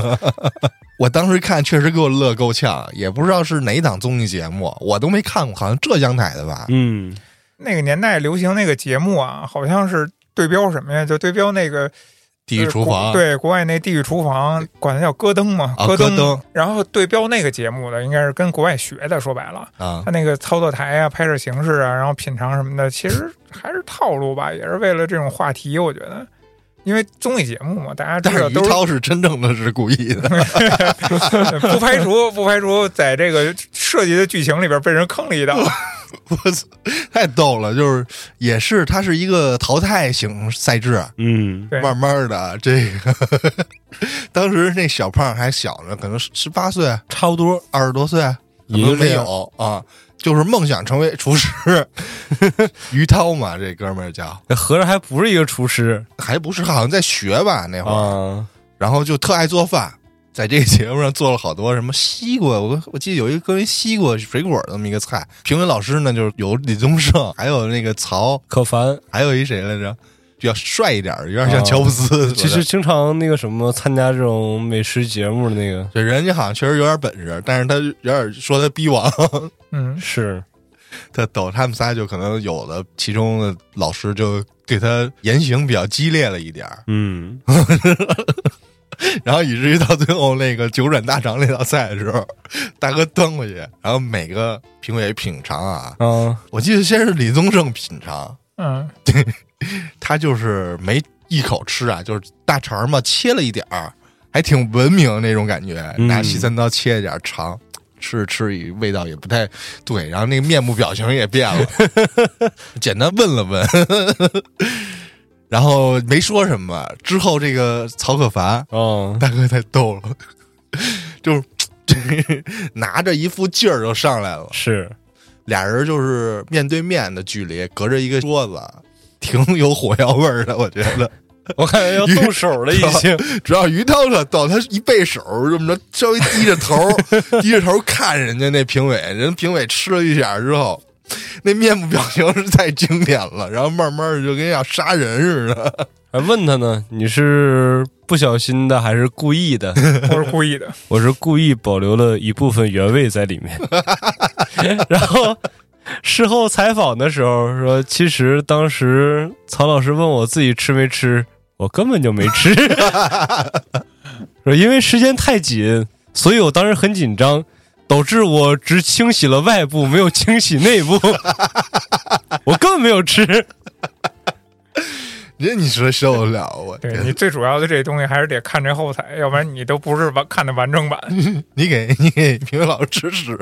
我当时看确实给我乐够呛，也不知道是哪档综艺节目，我都没看过，好像浙江台的吧？ 嗯那个年代流行那个节目啊，好像是对标什么呀？就对标那个地狱厨房，对，国外那地狱厨房管它叫戈登嘛，啊戈登。戈登然后对标那个节目的，应该是跟国外学的。说白了，啊他那个操作台啊、拍摄形式啊，然后品尝什么的，其实还是套路吧，也是为了这种话题。我觉得，因为综艺节目嘛，大家但知道是于都是涛是真正的是故意的， 不排除不排除在这个设计的剧情里边被人坑了一刀。我操，太逗了！就是也是，它是一个淘汰型赛制，啊嗯，对慢慢的啊这个， 当时那小胖还小呢，可能十八岁、差不多，二十多岁，可也就能这没样有啊，就是梦想成为厨师。于涛嘛，这哥们儿叫，那合着还不是一个厨师还不是好像在学吧那会儿，啊？然后就特爱做饭，在这个节目上做了好多什么西瓜，我我记得有一个关于西瓜水果的那么一个菜。评委老师呢，就是有李宗盛，还有那个曹，可烦，还有一谁来着，比较帅一点儿，有点啊像乔布斯。其实经常那个什么参加这种美食节目的那个对人家好像确实有点本事，但是他有点说他逼王，嗯，是 他抖他们仨就可能有的，其中的老师就对他言行比较激烈了一点儿， 嗯，然后以至于到最后那个九转大肠那道菜的时候，大哥端过去，然后每个评委品尝啊，啊，我记得先是李宗盛品尝，嗯，他就是没一口吃啊，就是大肠嘛，切了一点儿，还挺文明那种感觉，嗯拿西餐刀切一点儿肠，吃着吃着味道也不太对，然后那个面部表情也变了，简单问了问， 然后没说什么。之后这个曹可凡哦，大哥太逗了， 就是 拿着一副劲儿就上来了。是俩人就是面对面的距离，隔着一个桌子，挺有火药味儿的。我觉得，我感觉要动手了已 经，主要于涛特逗，他一背手这么着，稍微低着头，低着头看人家那评委，人评委吃了一下之后，那面部表情是太经典了，然后慢慢的就跟要杀人似的。还问他呢，你是不小心的还是故意的？嗯我是故意的。我是故意保留了一部分原味在里 面，然后事后采访的时候说，其实当时曹老师问我自己吃没吃，我根本就没吃，说因为时间太紧，所以我当时很紧张，导致我只清洗了外部，没有清洗内 部，我根本没有吃。人家你说受得了我？对你最主要的这东西还是得看这后台，要不然你都不是完看的完整版。你给你给评委老师吃屎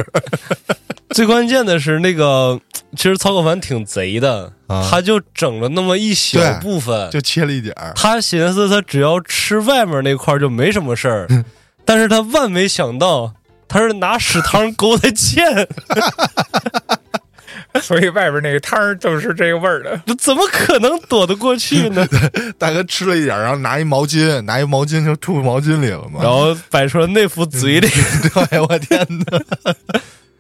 最关键的是那个，其实曹可凡挺贼的，啊他就整了那么一小对部分，就切了一点儿，他寻思他只要吃外面那块儿就没什么事儿，但是他万没想到他是拿屎汤勾的芡，所以外边那个摊儿就是这个味儿的。 这怎么可能躲得过去呢？大哥吃了一点儿，然后拿一毛巾，拿一毛巾就吐毛巾里了嘛。 然后摆出了那副嘴脸， 对，我天哪，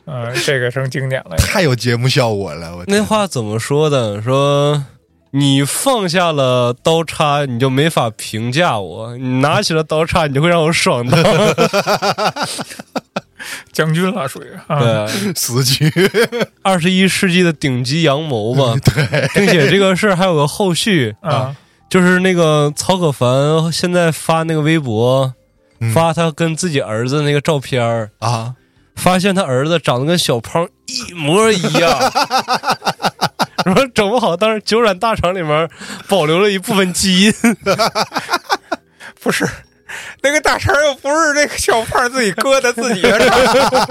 嗯，这个成经典了。太有节目效果了！我那话怎么说的？说你放下了刀叉，你就没法评价我；你拿起了刀叉，你就会让我爽到。将军了，属于啊。对， 死去，二十一世纪的顶级阳谋嘛。 对，并且这个事儿还有个后续。啊，就是那个曹可凡现在发那个微博，嗯发他跟自己儿子那个照片儿，啊！发现他儿子长得跟小胖一模一样， 说整不好当时九转大肠里面保留了一部分基因，不是。那个大肠又不是那个小胖自己割的自 己的肠，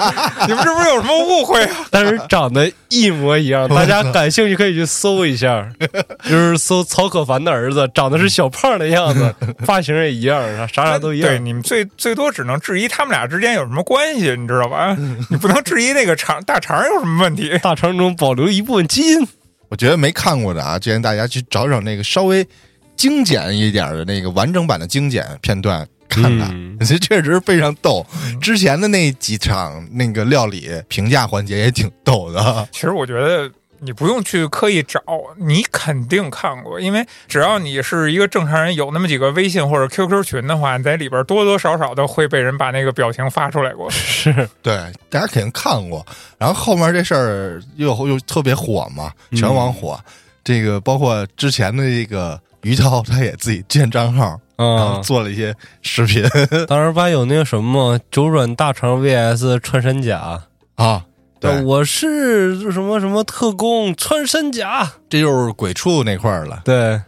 你们是不是有什么误会啊？但是长得一模一样。大家感兴趣可以去搜一下，就是搜曹可凡的儿子，长得是小胖的样 子，发型也一样，啥啥都一对，样。你们最最多只能质疑他们俩之间有什么关系，你知道 吧？你不能质疑那个肠大肠有什么问题。大肠中保留一部分基因，我觉得没看过的啊，建议大家去找找那个稍微精简一点的那个完整版的精简片段看看。嗯这确实非常逗，之前的那几场那个料理评价环节也挺逗的。其实我觉得你不用去刻意找，你肯定看过，因为只要你是一个正常人，有那么几个微信或者 QQ 群的话，你在里边多多少少都会被人把那个表情发出来 过。是对，大家肯定看过。然后后面这事儿又又特别火嘛，嗯全网火。这个包括之前的这个于涛，他也自己建账号然后啊，做了一些视频 当时不还有那个什么吗？九转大肠 VS 穿山甲，啊。对，我是什么什么特工穿山甲，这就是鬼畜那块儿了。对，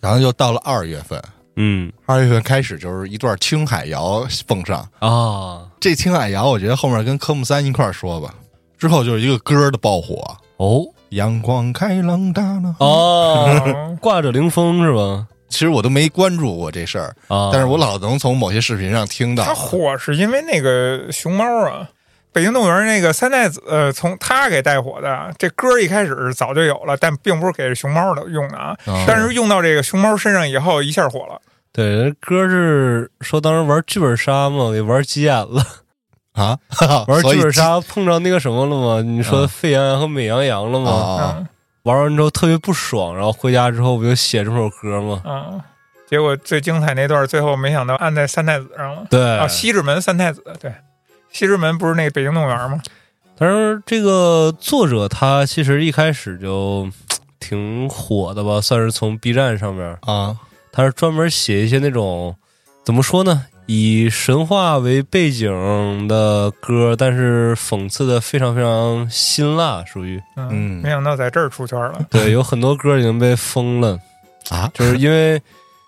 然后就到了二月份，嗯二月份开始就是一段青海谣奉上。啊，这青海谣，我觉得后面跟科目三一块儿说吧。之后就是一个歌的爆火，哦阳光开朗大了。 哦，哦挂着凌风是吧？其实我都没关注过这事儿，啊，但是我老能从某些视频上听到它。火是因为那个熊猫啊，北京动物园那个三太子，呃，从他给带火的。这歌一开始早就有了，但并不是给熊猫的用的啊。嗯但是用到这个熊猫身上以后，一下火了。对人歌是说当时玩剧本杀嘛，给玩急眼 了，啊， 玩所以剧本杀碰着那个什么了嘛？你说沸羊羊和美羊羊了啊嘛？啊嗯玩完之后特别不爽，然后回家之后不就写这首歌吗？嗯，结果最精彩那段，最后没想到按在三太子上了。对，啊，西直门三太子，对，西直门不是那北京动物园吗？但是这个作者他其实一开始就挺火的吧，算是从 B 站上面，啊他是专门写一些那种怎么说呢，以神话为背景的歌，但是讽刺的非常非常辛辣，属 于嗯没想到在这儿出圈了。对，有很多歌已经被封了，啊！就是因为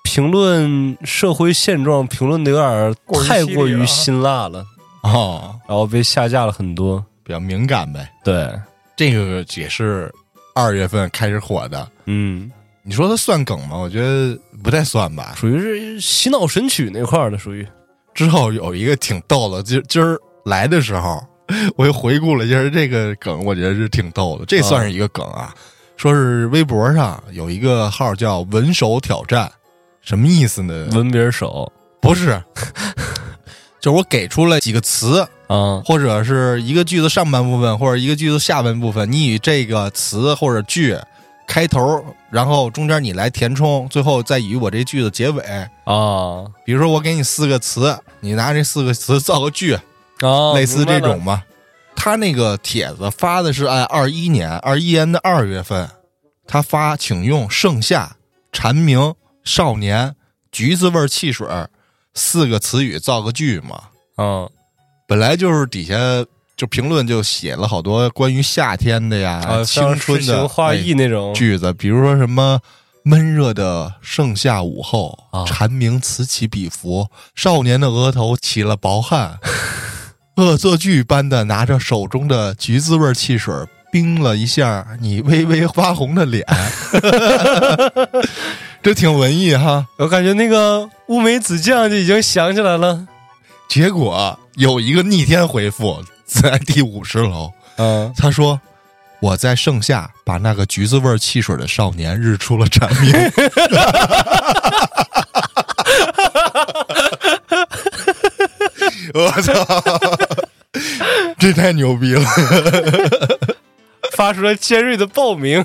评论社会现状评论的有点儿过于太犀利过于了辛辣了，哦，然后被下架了很多。比较敏感呗。对，嗯这个也是二月份开始火的。嗯，你说它算梗吗？我觉得不太算吧。属于是洗脑神曲那块儿的，属于之后有一个挺逗的，今今儿来的时候， 我又回顾了一下这个梗，我觉得是挺逗的。这算是一个梗啊，说是微博上有一个号叫“文手挑战”，什么意思呢？闻别人手不是， 就是我给出了几个词，啊，或者是一个句子上半部分，或者一个句子下半部分，你以这个词或者句开头，然后中间你来填充，最后再以我这句子结尾。啊比如说，我给你四个词，你拿这四个词造个句，啊，类似这明白种了吧。他那个帖子发的是按二一年，二一年的二月份，他发请用盛夏、蝉鸣、少年、橘子味儿汽水四个词语造个句嘛。啊本来就是底下就评论就写了好多关于夏天的呀、啊，青像春诗的情画意那哎种句子，比如说什么闷热的盛夏午后，啊蝉鸣此起彼伏，少年的额头起了薄汗，恶作剧般的拿着手中的橘子味汽水。冰了一下你微微发红的脸， 这挺文艺哈。我感觉那个乌梅子酱就已经想起来了。结果有一个逆天回复，在第五十楼，嗯，他说：“我在盛夏把那个橘子味儿汽水的少年日出了蝉鸣。”我操！这太牛逼了！ 发出了尖锐的报 鸣。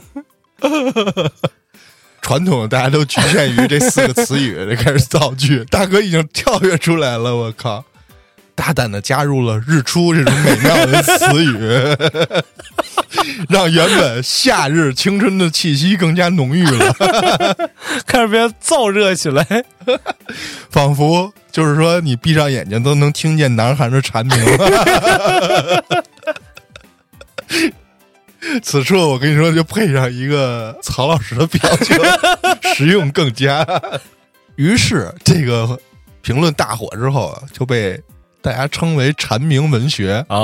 传统大家都局限于这四个词语，就开始造句。大哥已经跳跃出来了，我靠！大胆的加入了“日出”这种美妙的词语，让原本夏日青春的气息更加浓郁了。开始变燥热起来。仿佛就是说你闭上眼睛都能听见南韩的蝉鸣。 此处我跟你说，就配上一个曹老师的表情，实用更佳。于是这个评论大火之后，就被大家称为“蝉鸣文学啊”。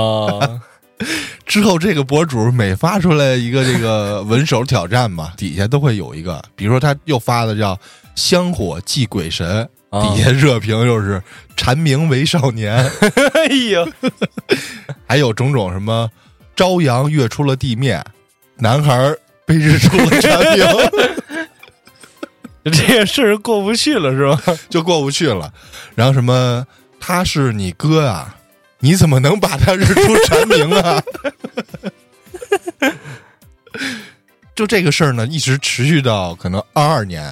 之后，这个博主每发出来一个这个文手挑战嘛，底下都会有一个，比如说他又发的叫“香火祭鬼神”，啊底下热评又是“蝉鸣为少年 哎呀，”，还有种种什么“朝阳跃出了地面”，男孩儿被日出了蝉鸣， 这个事儿过不去了是吧？就过不去了。然后什么“他是你哥啊，你怎么能把他日出蝉鸣啊？” 就这个事儿呢，一直持续到可能二二年，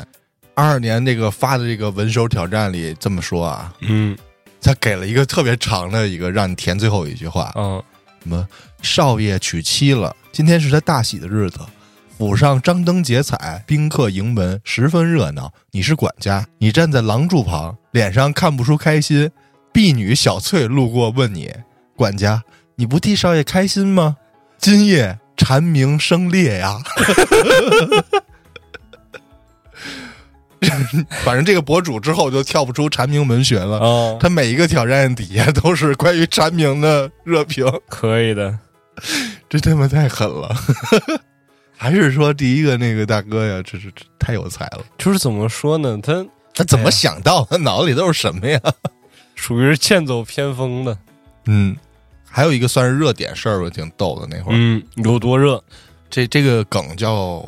二二年那个发的这个文手挑战里这么说啊，嗯他给了一个特别长的一个让你填最后一句话，啊什么少爷娶妻了，今天是他大喜的日子，府上张灯结彩，宾客盈门，十分热闹。你是管家，你站在廊柱旁，脸上看不出开心。婢女小翠路过，问你：“管家，你不替少爷开心吗？今夜蝉鸣声裂呀！” 反正这个博主之后就跳不出蝉鸣文学了。哦，啊他每一个挑战底下都是关于蝉鸣的热评，可以的，这他妈太狠了！ 还是说第一个那个大哥呀，这是这太有才了，就是怎么说呢？他他怎哎呀么想到的？ 脑子里都是什么呀？属于是剑走偏锋的。嗯，还有一个算是热点事儿吧，挺逗的那会儿。嗯，有多热？这这个梗叫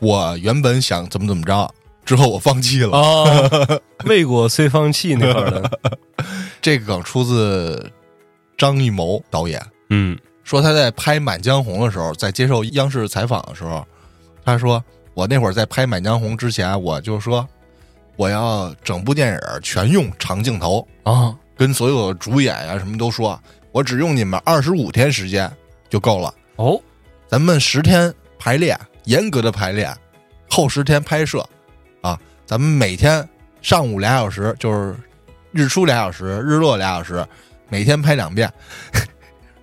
我原本想怎么怎么着，之后我放弃了。哦，为国虽放弃那块儿 的。这个梗出自张艺谋导演，嗯说他在拍《满江红》的时候，在接受央视采访的时候，他说：“我那会儿在拍《满江红》之前，我就说我要整部电影全用长镜头，啊，跟所有的主演呀、什么都说，我只用你们二十五天时间就够了，哦，咱们十天排练，严格的排练，后十天拍摄，啊，咱们每天上午俩小时，就是日出俩小时，日落俩小时，每天拍两遍。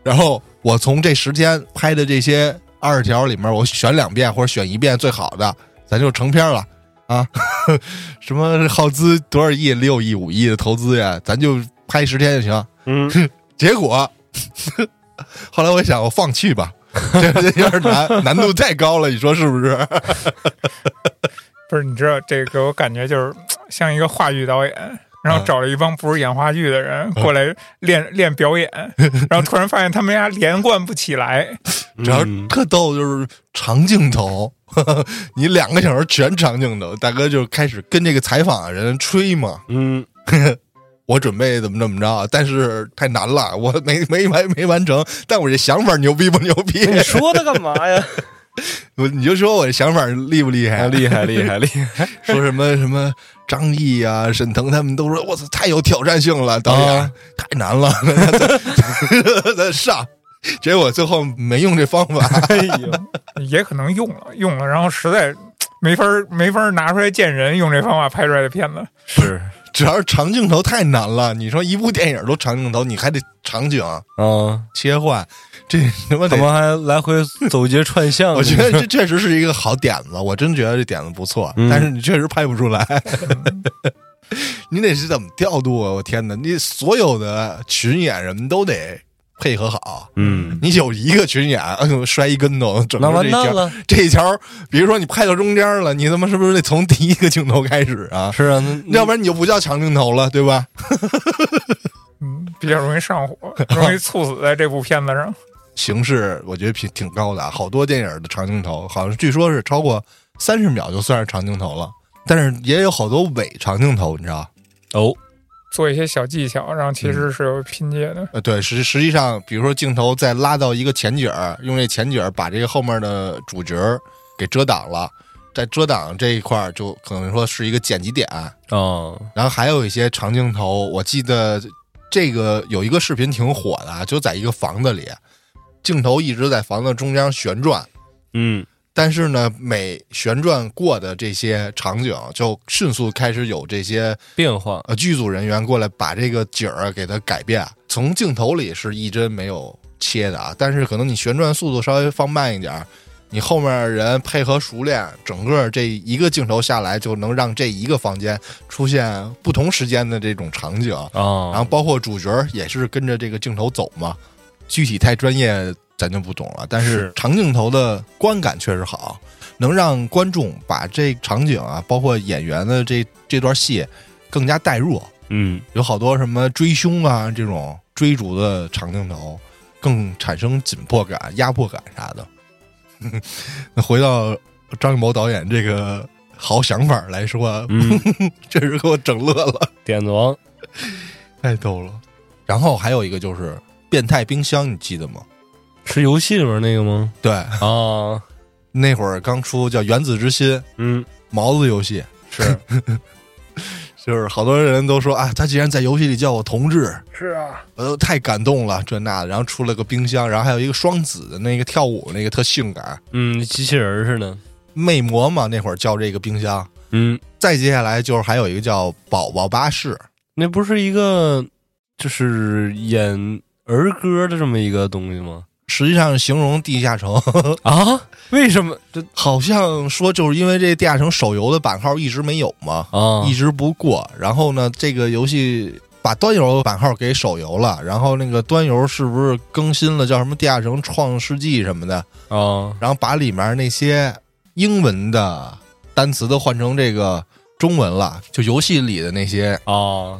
然后我从这十天拍的这些二十条里面，我选两遍或者选一遍最好的，咱就成片了啊！ 什么耗资多少亿、六亿、五亿的投资呀，咱就拍十天就行。嗯， 结果后来我想，我放弃吧， 这这有点难，难度太高了，你说是不是？不是，你知道这给我感觉就是像一个话剧导演，然后找了一帮不是演话剧的人过来练练表演，然后突然发现他们俩连贯不起来。主要嗯特逗就是长镜头， 你两个小时全长镜头，大哥就开始跟这个采访的人吹嘛，嗯，我准备怎么怎么着，啊但是太难了，我没没完没完成，但我这想法牛逼不牛逼？你说他干嘛呀？ 我你就说我这想法厉不厉害？啊厉害厉害厉害！说什么什么张译啊、沈腾他们都说，我操，太有挑战性了，导演、啊太难了， 咱咱上。结果最后没用这方法，哎呦，也可能用了用了，然后实在没法儿没法儿拿出来见人，用这方法拍出来的片子，是 主要是长镜头太难了。你说一部电影都长镜头，你还得场 景啊，切换，这他妈他得。们还来回走街串巷。我觉得这确实是一个好点子，我真觉得这点子不错，嗯但是你确实拍不出来。 你得是怎么调度啊？我天哪，你所有的群演人都得配合好，嗯，你有一个群演，哎呦，摔一跟头，整那个完这一蛋条，了。这一条，比如说你拍到中间了，你他妈是不是得从第一个镜头开始啊？是啊，那要不然你就不叫长镜头了，对吧？嗯，比较容易上火，容易猝死在这部片子上。形式我觉得挺挺高的啊，好多电影的长镜头，好像据说是超过三十秒就算是长镜头了，但是也有好多伪长镜头，你知道？哦，做一些小技巧，然后其实是有拼接的。呃，对，实实际上，比如说镜头再拉到一个前景儿，用这前景儿把这个后面的主角儿给遮挡了，在遮挡这一块儿就可能说是一个剪辑点，啊哦，然后还有一些长镜头，我记得这个有一个视频挺火的啊，就在一个房子里，镜头一直在房子中央旋转，嗯，但是呢，每旋转过的这些场景就迅速开始有这些变化呃剧组人员过来把这个景儿啊给它改变。从镜头里是一帧没有切的啊，但是可能你旋转速度稍微放慢一点儿，你后面人配合熟练，整个这一个镜头下来就能让这一个房间出现不同时间的这种场景，啊，然后包括主角儿也是跟着这个镜头走嘛。具体太专业咱就不懂了，但是是长镜头的观感确实好，能让观众把这场景啊，包括演员的这这段戏更加代入。嗯有好多什么追凶啊这种追逐的长镜头，更产生紧迫感、压迫感啥的。 那回到张艺谋导演这个好想法来说， 嗯，确实给我整乐了。点子王太逗了。然后还有一个就是变态冰箱，你记得吗？是游戏里面那个吗？对，啊，那会儿刚出叫《原子之心》嗯，毛子游戏，是 就是好多人都说啊，他竟然在游戏里叫我同志，是啊，我都太感动了，这那的。然后出了个冰箱，然后还有一个双子的那个跳舞那个特性感，嗯，机器人儿似的，魅魔嘛，那会儿叫这个冰箱。嗯，再接下来就是还有一个叫宝宝巴士，那不是一个就是演儿歌的这么一个东西吗？实际上形容地下城，啊？为什么这好像说就是因为这地下城手游的版号一直没有嘛，啊？一直不过。然后呢，这个游戏把端游版号给手游了，然后那个端游是不是更新了叫什么地下城创世纪什么的？啊然后把里面那些英文的单词都换成这个中文了，就游戏里的那些啊！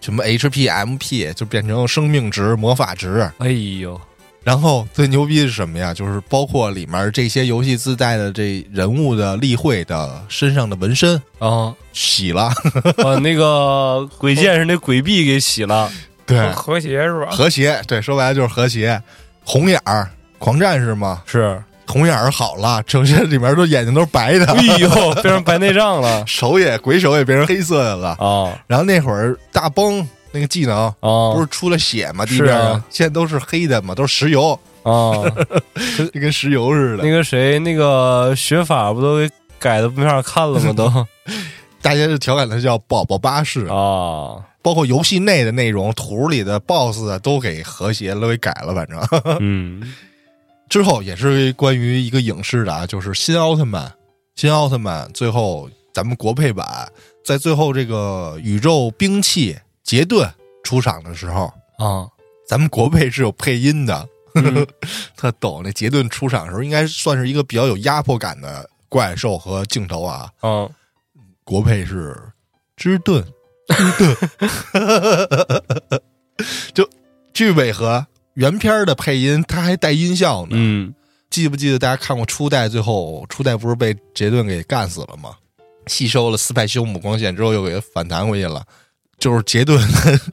什么 HP、MP 就变成生命值、魔法值。哎呦，然后最牛逼是什么呀？就是包括里面这些游戏自带的这人物的例会的身上的纹身啊！洗了， 把呃那个 鬼剑是那鬼臂给洗了对，和谐是啊吧？和谐，对，说白了就是和谐。红眼儿，狂战士嘛， 是？红眼儿好了，整身里面都眼睛都是白的， 哎呦，变成白内障 了手也鬼手也变成黑色的了。啊然后那会儿大崩那个技能啊！不是出了血吗？地是面啊上现在都是黑的嘛，都是石油，啊，就跟石油似的那。个谁，那个学法不都给改的没法看了 吗？都大家就调侃它叫“宝宝巴士”， 啊，包括游戏内的内容、图里的 BOSS 啊，都给和谐了，都给改了。反正嗯之后也是关于一个影视的啊，就是新奥特曼，新奥特曼最后咱们国配版在最后这个宇宙兵器杰顿出场的时候，啊，咱们国配是有配音的， 嗯特逗。那杰顿出场的时候，应该算是一个比较有压迫感的怪兽和镜头啊。啊国配是芝顿，芝顿， 就巨违和。原片儿的配音，它还带音效呢。嗯记不记得大家看过初代？最后初代不是被杰顿给干死了吗？吸收了斯派修姆光线之后，又给它反弹回去了。就是杰顿，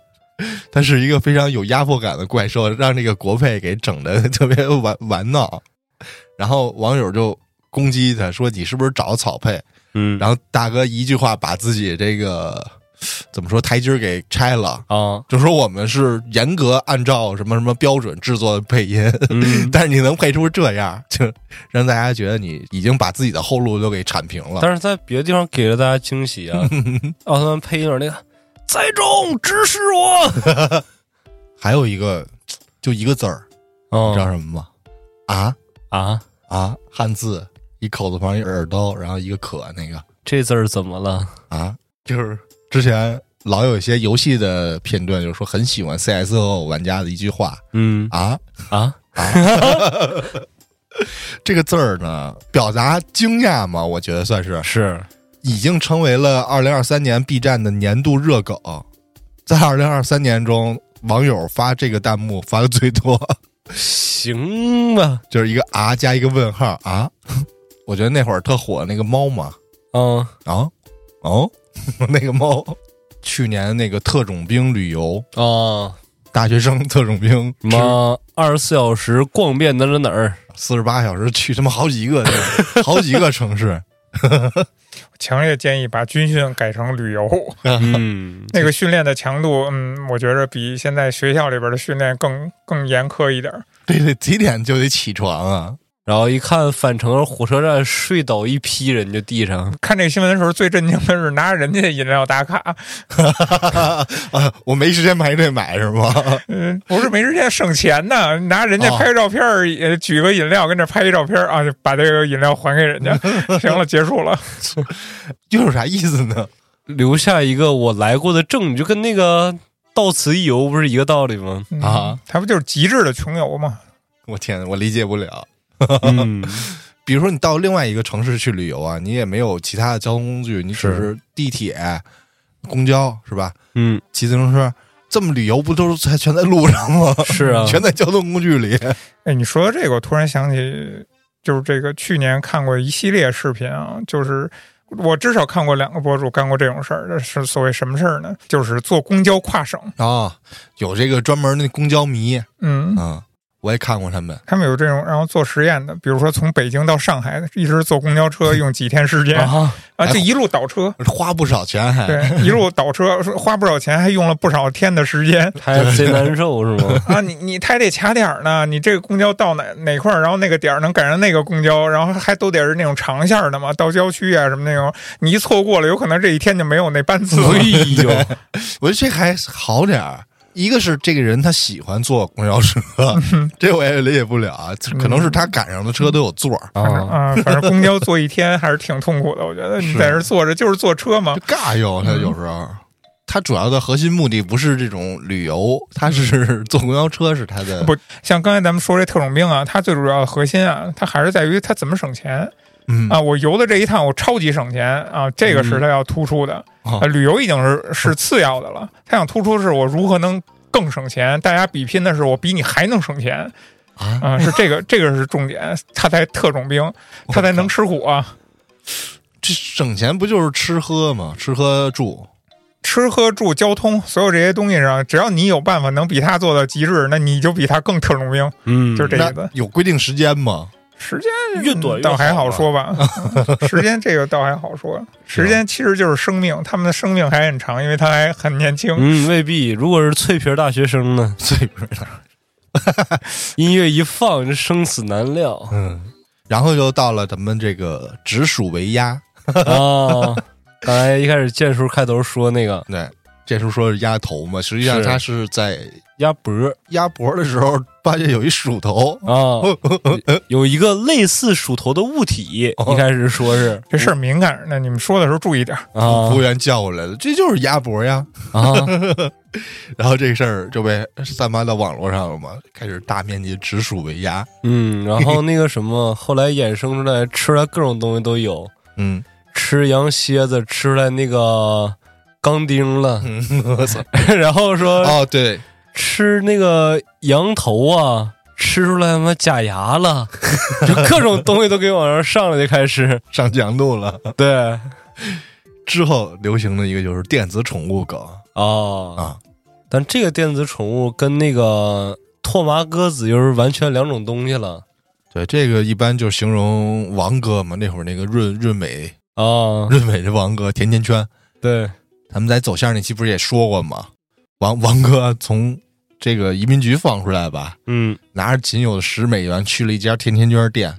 他是一个非常有压迫感的怪兽，让这个国配给整的特别玩玩闹。然后网友就攻击他说：“你是不是找草配嗯？”，然后大哥一句话把自己这个怎么说台阶儿给拆了，啊就说我们是严格按照什么什么标准制作的配音。 嗯， 但是你能配出这样，就让大家觉得你已经把自己的后路都给铲平了。但是在别的地方给了大家惊喜 啊！奥特曼配音里那个栽种指使我，还有一个，就一个字儿，你知道 嗯什么吗？啊啊，啊，汉字一口字旁一耳朵，然后一个可那个这字儿怎么了？啊，就是之前老有一些游戏的片段，就是说很喜欢 CS:GO 玩家的一句话嗯啊，啊这个字儿呢，表达惊讶嘛，我觉得算是是已经成为了二零二三年 B 站的年度热梗，在二零二三年中，网友发这个弹幕发的最多， 行吧？就是一个啊加一个问号啊。 我觉得那会儿特火那个猫嘛，嗯啊哦， 那个猫，去年那个特种兵旅游，啊，大学生特种兵什么二十四小时逛遍哪儿哪儿四十八小时去他妈好几个 好几个城市，强烈建议把军训改成旅游，哪儿？嗯那个训练的强度，嗯，我觉着比现在学校里边的训练更更严苛一点儿。对对，几点就得起床啊？ 然后一看返程火车站睡倒一批人，就地上看这个新闻的时候，最震惊的是拿人家的饮料打卡，啊，我没时间排队买是吗？ 嗯，不是没时间省钱呢，拿人家哦拍个照片儿，也举个饮料跟这拍一照片儿啊，就把这个饮料还给人家，行了，结束了。又有啥意思呢？留下一个我来过的证据，就跟那个到此一游不是一个道理吗？嗯啊，他不就是极致的穷游吗？我天，我理解不了。嗯比如说，你到另外一个城市去旅游啊，你也没有其他的交通工具，你只是是地铁、公交是吧？ 嗯，骑自行车，这么旅游不都是在全在路上吗？ 是啊，全在交通工具里。哎，你说到这个，我突然想起，就是这个去年看过一系列视频啊，就是我至少看过两个博主干过这种事儿，这是所谓什么事儿呢？就是坐公交跨省。哦啊、有这个专门的公交迷嗯，啊、我也看过他们。他们有这种然后做实验的，比如说从北京到上海，一直坐公交车用几天时间啊，哎啊，就一路倒车，花不少钱还，对，一路倒车，说花不少钱，还用了不少天的时 间还贼难受是吗？啊！你你还得卡点儿呢，你这个公交到哪哪块儿，然后那个点儿能赶上那个公交，然后还都得是那种长线儿的嘛，到郊区啊什么那种，你一错过了，有可能这一天就没有那班次了。哎呦，我觉得这还好点儿。一个是这个人他喜欢坐公交车，这我也理解不了啊，可能是他赶上的车都有座儿，反正 啊，反正公交坐一天还是挺痛苦的，我觉得你在这儿坐着就是坐车嘛就，尬哟。他有时候，他主要的核心目的不是这种旅游，他是 坐公交车是他的不像刚才咱们说这特种兵啊，它最主要的核心啊，它还是在于它怎么省钱。嗯啊，我游的这一趟我超级省钱啊，这个是它要突出的。哦啊，旅游已经是是次要的了，它想突出的是我如何能更省钱。大家比拼的是我比你还能省钱啊，啊，是这个这个是重点，它才特种兵，它才能吃苦啊。这省钱不就是吃喝吗？吃喝住，吃喝住交通，所有这些东西上，只要你有办法能比他做到极致，那你就比他更特种兵，嗯，就是这意那思。有规定时间吗？时间 越短越倒还好好吧说吧， 时间这个倒还好说，时间其实就是生命，他们的生命还很长，因为他还很年轻。嗯，未必。如果是脆皮儿大学生呢，最不是的音乐一放，这生死难料嗯，然后就到了咱们这个直属为鸭，啊。刚才一开始建叔开头说那个对，这时候说是鸭头嘛，实际上是他是在鸭脖儿鸭脖的时候发现有一鼠头，啊，有一个类似鼠头的物体，一开始说是这事儿敏感，那你们说的时候注意点儿。啊服务员叫过来了，这就是鸭脖呀。啊，然后这事儿就被散发到网络上了嘛，开始大面积直属为鸭。嗯， 然后那个什么，后来衍生出来吃出来各种东西都有，嗯， 吃羊蝎子，吃出来那个钢钉了，我操！然后 说、哦，对，吃那个羊头啊，吃出来他妈假牙了，就各种东西都给往上上了，就开始上强度了。对之后流行的一个就是电子宠物梗，哦啊但这个电子宠物跟那个拓麻鸽子又是完全两种东西了对，这个一般就形容王哥嘛，那会儿那个润润美啊、哦，润美的王哥甜甜圈，对，咱们在走向那期不是也说过吗？王王哥从这个移民局放出来吧，嗯拿着仅有的十美元去了一家甜甜圈店，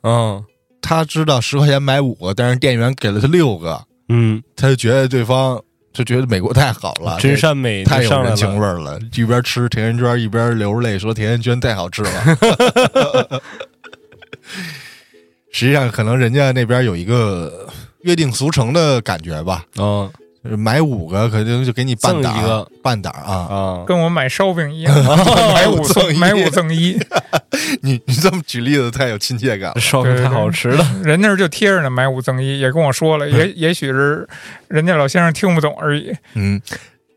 啊他知道十块钱买五个，但是店员给了他六个，嗯，他就觉得对方就觉得美国太好了，真善美这就太有上来人情了，味儿了。一边吃甜甜圈，一边流着泪说甜甜圈太好吃了。 实际上，可能人家那边有一个约定俗成的感觉吧，嗯买五个可能就给你半打赠一个半打啊。啊，跟我买烧饼一样，买五赠赠一买五赠一，你 你这么举例子太有亲切感这了。烧饼太好吃 了，人那儿就贴着呢，买五赠一，也跟我说了，也也许是人家老先生听不懂而已。嗯，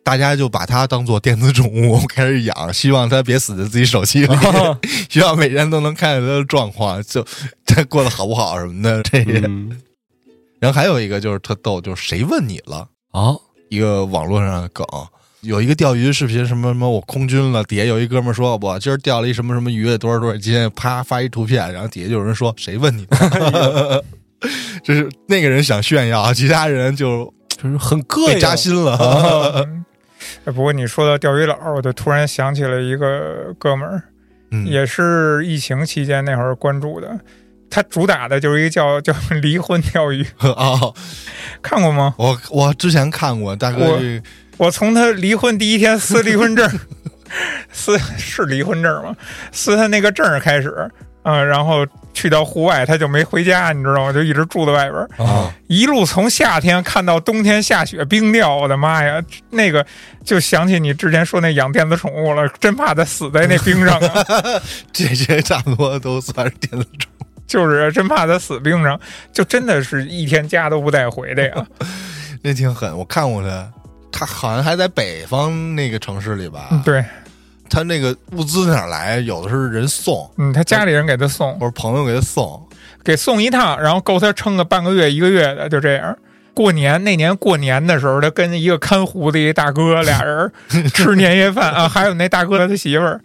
大家就把它当做电子宠物 开始养，希望它别死在自己手机里。哦 希望每天都能看见他的状况，就 他过得好不好什么的这些。嗯然后还有一个就是特逗，就是谁问你了？啊，一个网络上的梗，有一个钓鱼视频，什么什么我空军了，底下有一哥们儿说我今儿钓了一什么什么鱼，多少多少斤，啪发一图片，然后底下就有人说谁问你？就是那个人想炫耀，啊其他人就就是很膈被应，扎心了。 嗯哎不过你说到钓鱼佬，我就突然想起了一个哥们儿，嗯，也是疫情期间那会儿关注的。他主打的就是一个叫叫离婚钓鱼，哦，看过吗？我我之前看过，大哥我这我从他离婚第一天撕离婚证， 撕是离婚证吗？撕他那个证儿开始，嗯，然后去到户外，他就没回家，你知道吗？就一直住在外边儿，啊，一路从夏天看到冬天下雪冰钓，我的妈呀！那个就想起你之前说那养电子宠物了，真怕它死在那冰上啊！这些差不多都算是电子宠物。就是啊真怕它死冰上，就真的是一天家都不带回的呀！那挺狠，我看过他，他好像还在北方那个城市里吧？嗯，对，他那个物资哪儿来？有的是人送，嗯，他家里人给他送，或者朋友给他送。给送一趟，然后够他撑个半个月、一个月的，就这样。过年那年过年的时候，他跟一个看护的一大哥俩人吃年夜饭啊，还有那大哥他媳妇儿，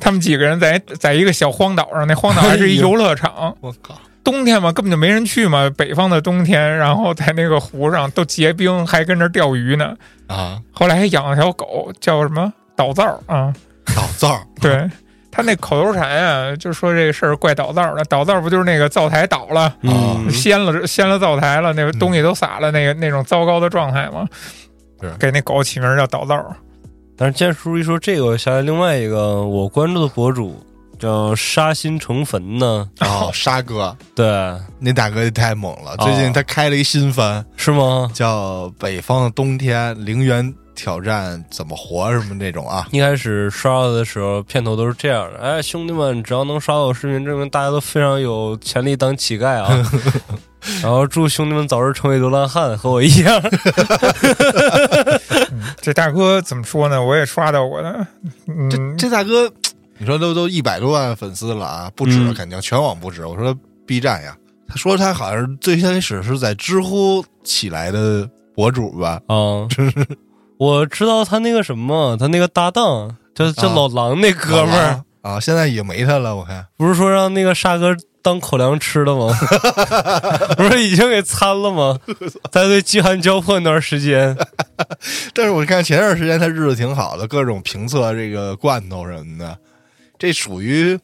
他们几个人在在一个小荒岛上，那荒岛还是一游乐场，我靠，冬天嘛根本就没人去嘛，北方的冬天，然后在那个湖上都结冰，还跟那儿钓鱼呢。啊，后来还养了条狗，叫什么岛灶啊？倒灶对他那口头禅啊，就说这事儿怪岛灶的，岛灶不就是那个灶台倒了？嗯，掀了掀了灶台了，那个嗯东西都洒了，那个那种糟糕的状态嘛是，给那狗起名叫倒灶 儿。但是建叔一说这个，我想起另外一个我关注的博主叫杀心成坟呢，啊，沙哥对，那大哥也太猛了，最近哦他开了一新番，是吗？叫《北方的冬天：零元挑战怎么活》什么那种啊，一开始刷到的时候，片头都是这样的：哎，兄弟们，只要能刷到我视频，证明大家都非常有潜力当乞丐 啊！然后祝兄弟们早日成为流浪汉，和我一 样。这大哥怎么说呢？我也刷到过的，嗯，这大哥，你说都都一百多万粉丝了啊，不止、嗯肯定，全网不止。我说 B 站呀，他说他好像是最开始是在知乎起来的博主吧？啊，我知道他那个什么，他那个搭档叫叫啊老狼那哥们儿，啊，现在也没他了，我看不是说让那个沙哥当口粮吃 的吗？不是已经给参了吗？在对饥寒交迫那段时间，但是我看前段时间他日子挺好的，各种评测这个罐头什么的，这属于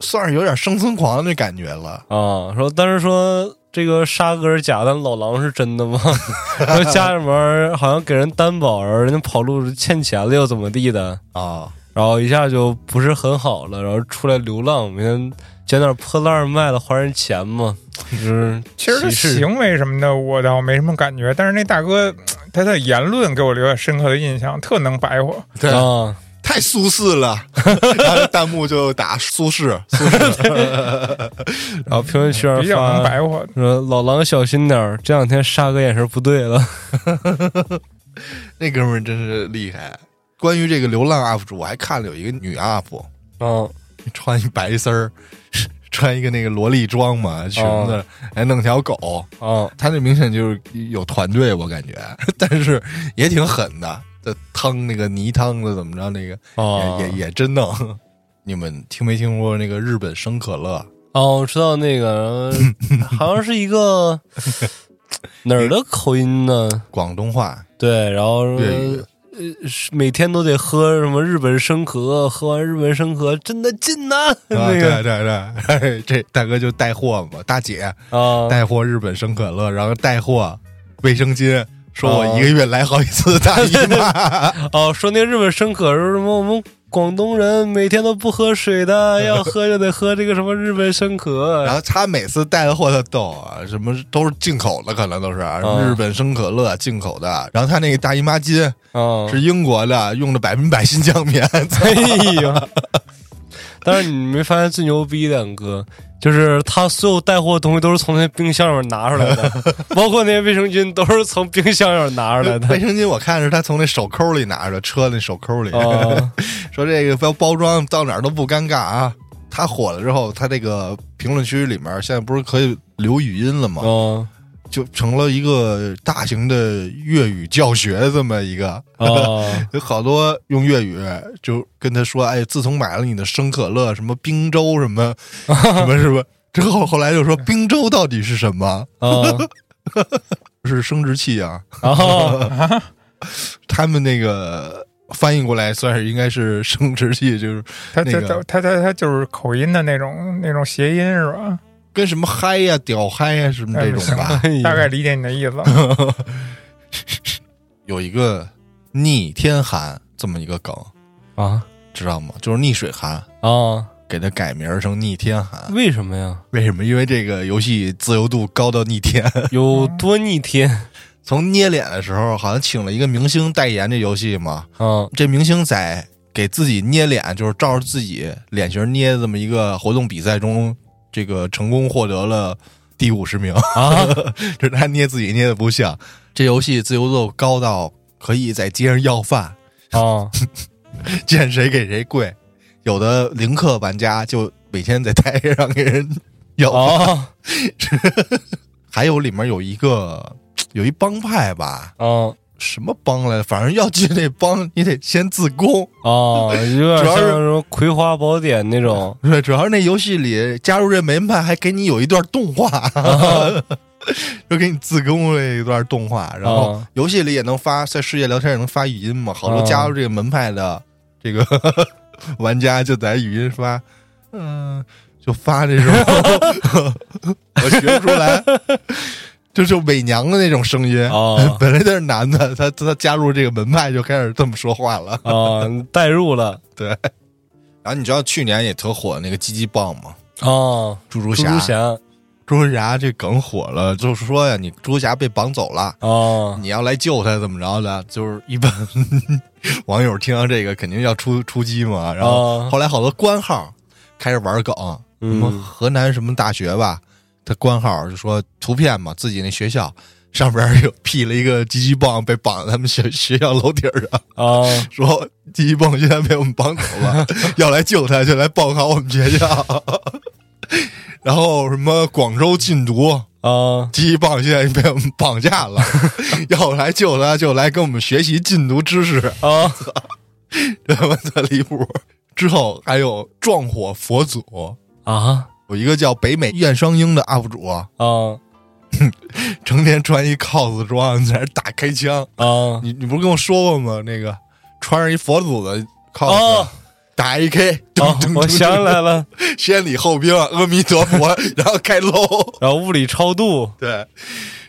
算是有点生存狂的感觉了。啊，说但是说这个沙哥是假的，老狼是真的吗？ 说家里面儿好像给人担保，人家跑路欠钱了又怎么地的，啊，然后一下就不是很好了，然后出来流浪，每天捡点破烂儿卖了还人钱嘛，就是其实他歧视行为什么的，我倒没什么感觉，但是那大哥他的言论给我留下深刻的印象，特能白活。对啊，太苏轼了， 然后弹幕就打苏轼，苏轼，然后评论区呃上比较能发白活，说老狼小心点儿，这两天沙哥眼神不对了。那哥们儿真是厉害。关于这个流浪 UP 主，我还看了有一个女 UP，嗯，穿一白丝儿， 穿一个那个萝莉装嘛，裙子，还弄条狗，啊，他这明显就是有团队，我感觉， 但是也挺狠的，这汤那个泥汤的怎么着，那个、哦也也也真弄。 你们听没听说那个日本生可乐？哦，我知道那 个，然后好像是一个哪儿的口音呢？广东话、对，然后粤语呃，是每天都得喝什么日本生可，喝完日本生可真的劲呐、啊， 那个对对对， 这大哥就带货嘛，大姐啊，带货日本生可乐，然后带货卫生巾，说哦我一个月来好几次大姨 妈，哦，说那个日本生可是什么？我们广东人每天都不喝水的，要喝就得喝这个什么日本生可。 然后他每次带的货特逗啊，什么都是进口的，可能都是啊嗯日本生可乐进口的，然后他那个大姨妈巾。啊，是英国的，用的百分百新疆 棉。哎呀！但是你没发现最牛逼的哥，就是他所有带货的东西都是从那冰箱里面拿出来的，包括那些卫生巾都是从冰箱里面拿出来卫的。生巾我看是他从那手抠里拿着，车那手抠里，哦说这个包包装到哪儿都不尴尬啊。他火了之后，他这个评论区里面现在不是可以留语音了吗？哦就成了一个大型的粤语教学这么一个，哦 有好多用粤语就跟他说：“哎，自从买了你的生可乐，什么冰州什 么什么什么。”之后后来就说冰州到底是什么？哦是生殖器啊？哦他们那个翻译过来算是应该是生殖器，就是他那他个他他他他就是口音的那种那种谐音是吧？跟什么嗨呀、屌嗨呀、什么这种 吧。哎呀大概理解你的 意思了。有一个逆天寒这么一个梗，啊知道吗？就是逆水寒，啊！给它改名儿成逆天寒。为什么呀？ 为什么？因为这个游戏自由度高到逆天。有多逆天 从捏脸的时候，好像请了一个明星代言这游戏嘛。啊这明星在给自己捏脸，就是照着自己脸型捏的这么一个活动比赛中，这个成功获得了第五十名。啊！ 就是他捏自己捏的不像。这游戏自由度高到可以在街上要饭，啊见谁给谁跪。有的零氪玩家就每天在台哦上给人要饭。啊！还有里面有一个有一帮派吧，啊什么帮来着，反正要进那帮，你得先自宫。啊，有点主要像是什么《葵花宝典》那种对， 主要是那游戏里加入这门派还给你有一段动画，啊 就给你自宫了一段动画，然后啊游戏里也能发，在世界聊天也能发语音嘛，好多啊加入这个门派的这个 玩家就在语音发，嗯，就发这种， 我学不出来，就就伪娘的那种声音。啊本来他是男的，他他加入这个门派就开始这么说话了。啊，代入了然后你知道去年也特火那个鸡鸡棒吗？啊，猪猪蜘侠，蛛侠猪猪侠这梗火了，就是说呀，你猪猪侠被绑走了，啊你要来救他怎么着的？就是一般 网友听到这个肯定要出出击嘛。然后啊，后来好多官号开始玩梗，什么嗯河南什么大学吧，他官号就说图片嘛，自己那学校上边有 P 了一个鸡鸡棒被绑在他们学学校楼顶上，啊说鸡鸡棒现在被我们绑走了， 要来救他就来报考我们学校。 然后什么广州禁毒，啊第一棒现在被我们绑架 了，要来救他就来跟我们学习禁毒知识， 啊他妈的离谱。之后还有壮火佛祖，啊有一个叫北美燕双鹰的 UP 主， 啊成天穿一 cos 装在那儿打开枪。啊你你不是跟我说过吗？那个穿上一佛祖的 cos，、哦打一 K，啊噔噔！我噔想起来了，先礼后兵，阿弥陀佛， 然后开搂。然后物理超度 对，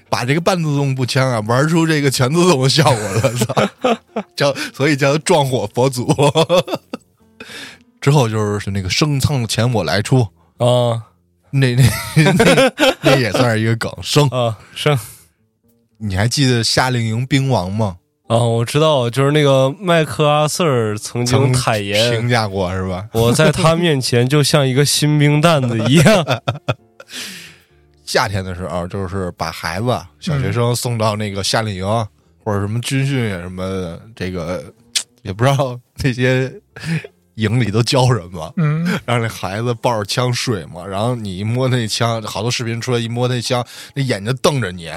把这个半自动步枪啊玩出这个全自动的效果了，操！ 叫所以叫它壮火佛祖。 之后就是那个升舱钱我来出，啊那那那那也算是一个梗。升，啊生你还记得夏令营兵王吗？啊，我知道，就是那个麦克阿瑟尔曾经曾坦评言，价过是吧？我在他面前就像一个新兵蛋子一样 夏天的时候，就是把孩子小学生送到那个夏令营、或者什么军训什么的这个，也不知道那些营里都教什么。嗯，让那孩子抱着枪睡嘛，然后你一摸那枪，好多视频出来一摸那枪，那眼睛瞪着你，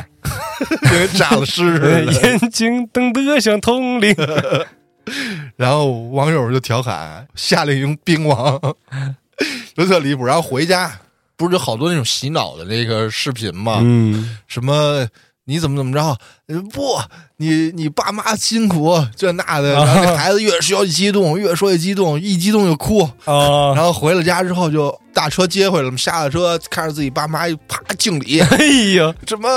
跟炸了尸 似的。啊眼睛瞪得像铜铃。然后网友就调侃夏令营兵王， 就特离谱。然后回家不是有好多那种洗脑的那个视频嘛，嗯什么你怎么怎么着？呃不，你你爸妈辛苦这那的，然后那孩子越说越激动，越说越激动，一激动就哭。啊，然后回了家之后就大车接回来了，下了车看着自己爸妈，啪 敬礼，哎呀，什么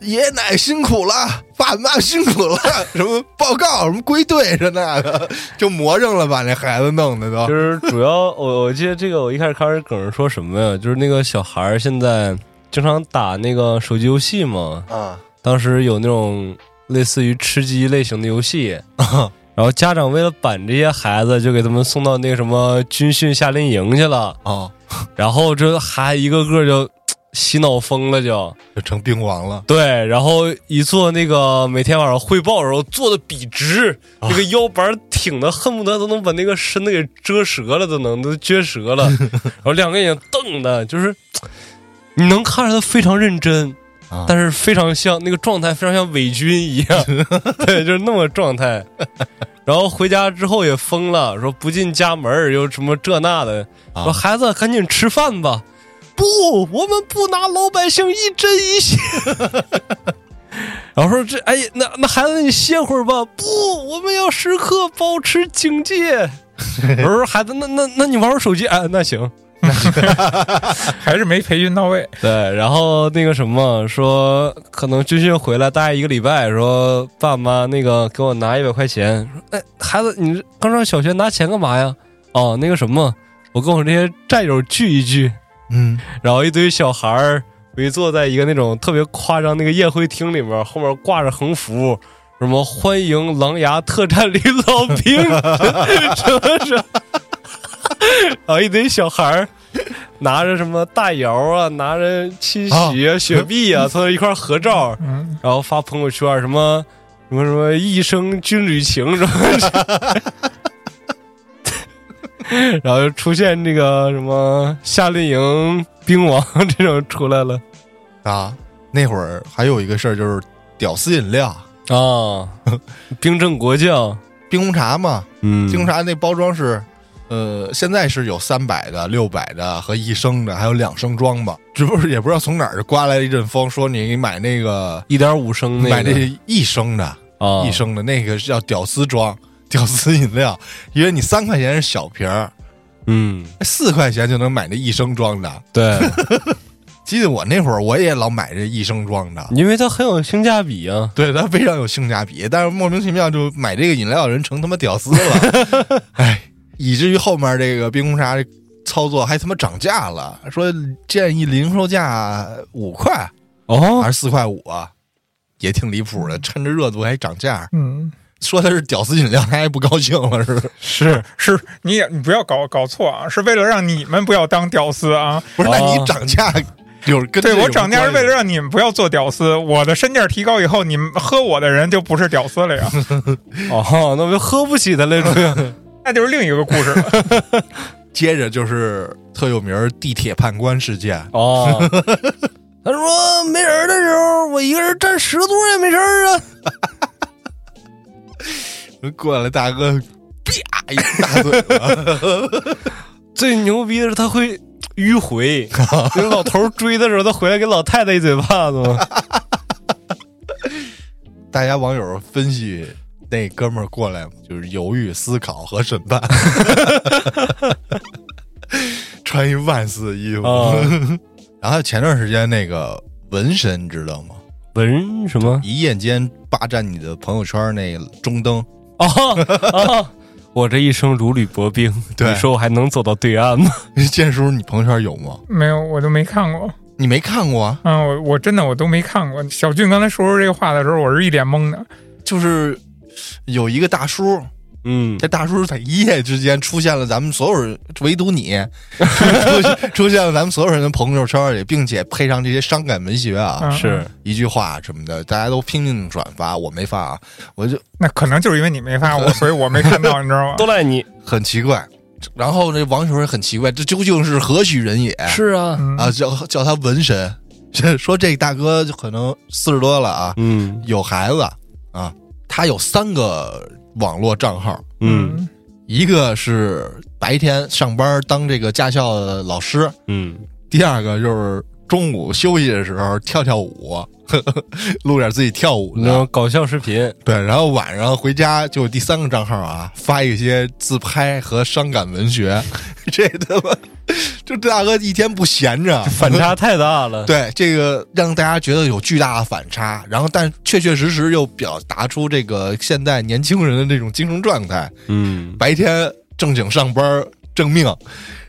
爷爷奶奶辛苦了，爸妈辛苦了，什么报告什么归队这那的，就魔怔了，把那孩子弄的就都是主要我我记得这个，我一开始看这梗是说什么呀？就是那个小孩儿现在经常打那个手机游戏嘛，啊当时有那种类似于吃鸡类型的游戏，然后家长为了板这些孩子，就给他们送到那个什么军训夏令营去了。哦，然后这还一个个就洗脑疯了就，就成兵王了。对，然后一做那个每天晚上汇报的时候坐的笔直，啊那个腰板挺的，恨不得都能把那个身子给遮折了，都能都撅折 了，然后两个眼睛瞪的，就是你能看着他非常认真啊。但是非常像那个状态，非常像伪军一 样，对，就是那么状态。然后回家之后也疯了，说不进家门儿又什么这那的，啊说孩子赶紧吃饭吧。不，我们不拿老百姓一针一线。然后说这，哎，那那孩子你歇会儿吧。不，我们要时刻保持警戒。我说孩子，那那那你玩会儿手机，哎，那行。还是没培训到位。对，然后那个什么，说可能军训回来大概一个礼拜，说爸妈那个给我拿一百块钱，说哎孩子，你刚上小学拿钱干嘛呀？哦，那个什么，我跟我这些战友聚一聚，嗯，然后一堆小孩儿围坐在一个那种特别夸张那个宴会厅里面，后面挂着横幅，什么欢迎狼牙特战旅老兵，什么什么，然后一堆小孩儿拿着什么大摇啊，拿着七喜啊、雪碧啊，凑到一块儿合照，嗯，然后发朋友圈什么什么什么一生军旅情什么， 然后就出现这个什么夏令营兵王这种出来了 啊，那会儿还有一个事儿就是屌丝饮料、 啊，冰镇果酱，冰红茶嘛，嗯，冰红茶那包装是，呃，现在是有三百的、六百的和一升的，还有两升装吧。只不过是也不知道从哪儿刮来一阵风，说你买那个一点五升嗯那买个那一升的，啊，一升的那个叫屌丝装， 屌丝饮料，因为你三块钱是小瓶儿，嗯，四块钱就能买那一升装的。对，记得我那会儿我也老买这一升装的， 因为它很有性价比 啊，对，它非常有性价比，但是莫名其妙就买这个饮料的人成他妈屌丝了， 哎，以至于后面这个冰红茶操作还他妈涨价了，说建议零售价五块哦，还是四块五啊，也挺离谱的，趁着热度还涨价，嗯，说它是屌丝饮料，他还不高兴了是不 是？是是你也你不要搞搞错啊，是为了让你们不要当屌丝啊。不是，那哦你涨价有跟对这有我涨价是关系为了让你们不要做屌丝，我的身价提高以后，你们喝我的人就不是屌丝了 呀，哦，那我就喝不起它了，这个那就是另一个故事了。接着就是特有名儿地铁判官事件， 哦。 他说没人的时候，我一个人站十座也没事儿啊。过来大哥，啪一大嘴巴。最牛逼的是他会迂回，有老头追的时候，他回来给老太太一嘴巴子嘛。大家网友分析那哥们儿过来，就是犹豫、思考和审判， 穿一万四衣服。啊， 然后前段时间那个纹身，你知道吗？文什么？一夜间霸占你的朋友圈那个中灯，啊啊！我这一生如履薄冰，对你说我还能走到对岸吗？ 建叔，你朋友圈有吗？ 没有，我都没看过。你没看过啊？嗯，我我真的我都没看过。小俊刚才说出这个话的时候，我是一脸懵的。就是有一个大叔，嗯这，大叔在一夜之间出现了咱们所有人，唯独你 出现出现了咱们所有人的朋友圈里，并且配上这些伤感文学啊，嗯、是，一句话什么的，大家都拼命转发，我没发啊，我就那可能就是因为你没发我，所以我没看 到，你知道吗都？赖你。很奇怪。然后这网友也很奇怪，这究竟是何许人也是啊，嗯啊？叫叫他纹身，说这大哥就可能四十多了啊，嗯有孩子啊，他有三个网络账号，嗯一个是白天上班当这个驾校的老师，嗯，第二个就是中午休息的时候跳跳舞， 呵呵录点自己跳舞那的。种搞笑视频对，然后晚上回家就有第三个账号啊，发一些自拍和伤感文学。 这他妈，就这大哥一天不闲着，反差太大了。 对这个让大家觉得有巨大的反差，然后但确确实实又表达出这个现在年轻人的这种精神状态。嗯，白天正经上班正命，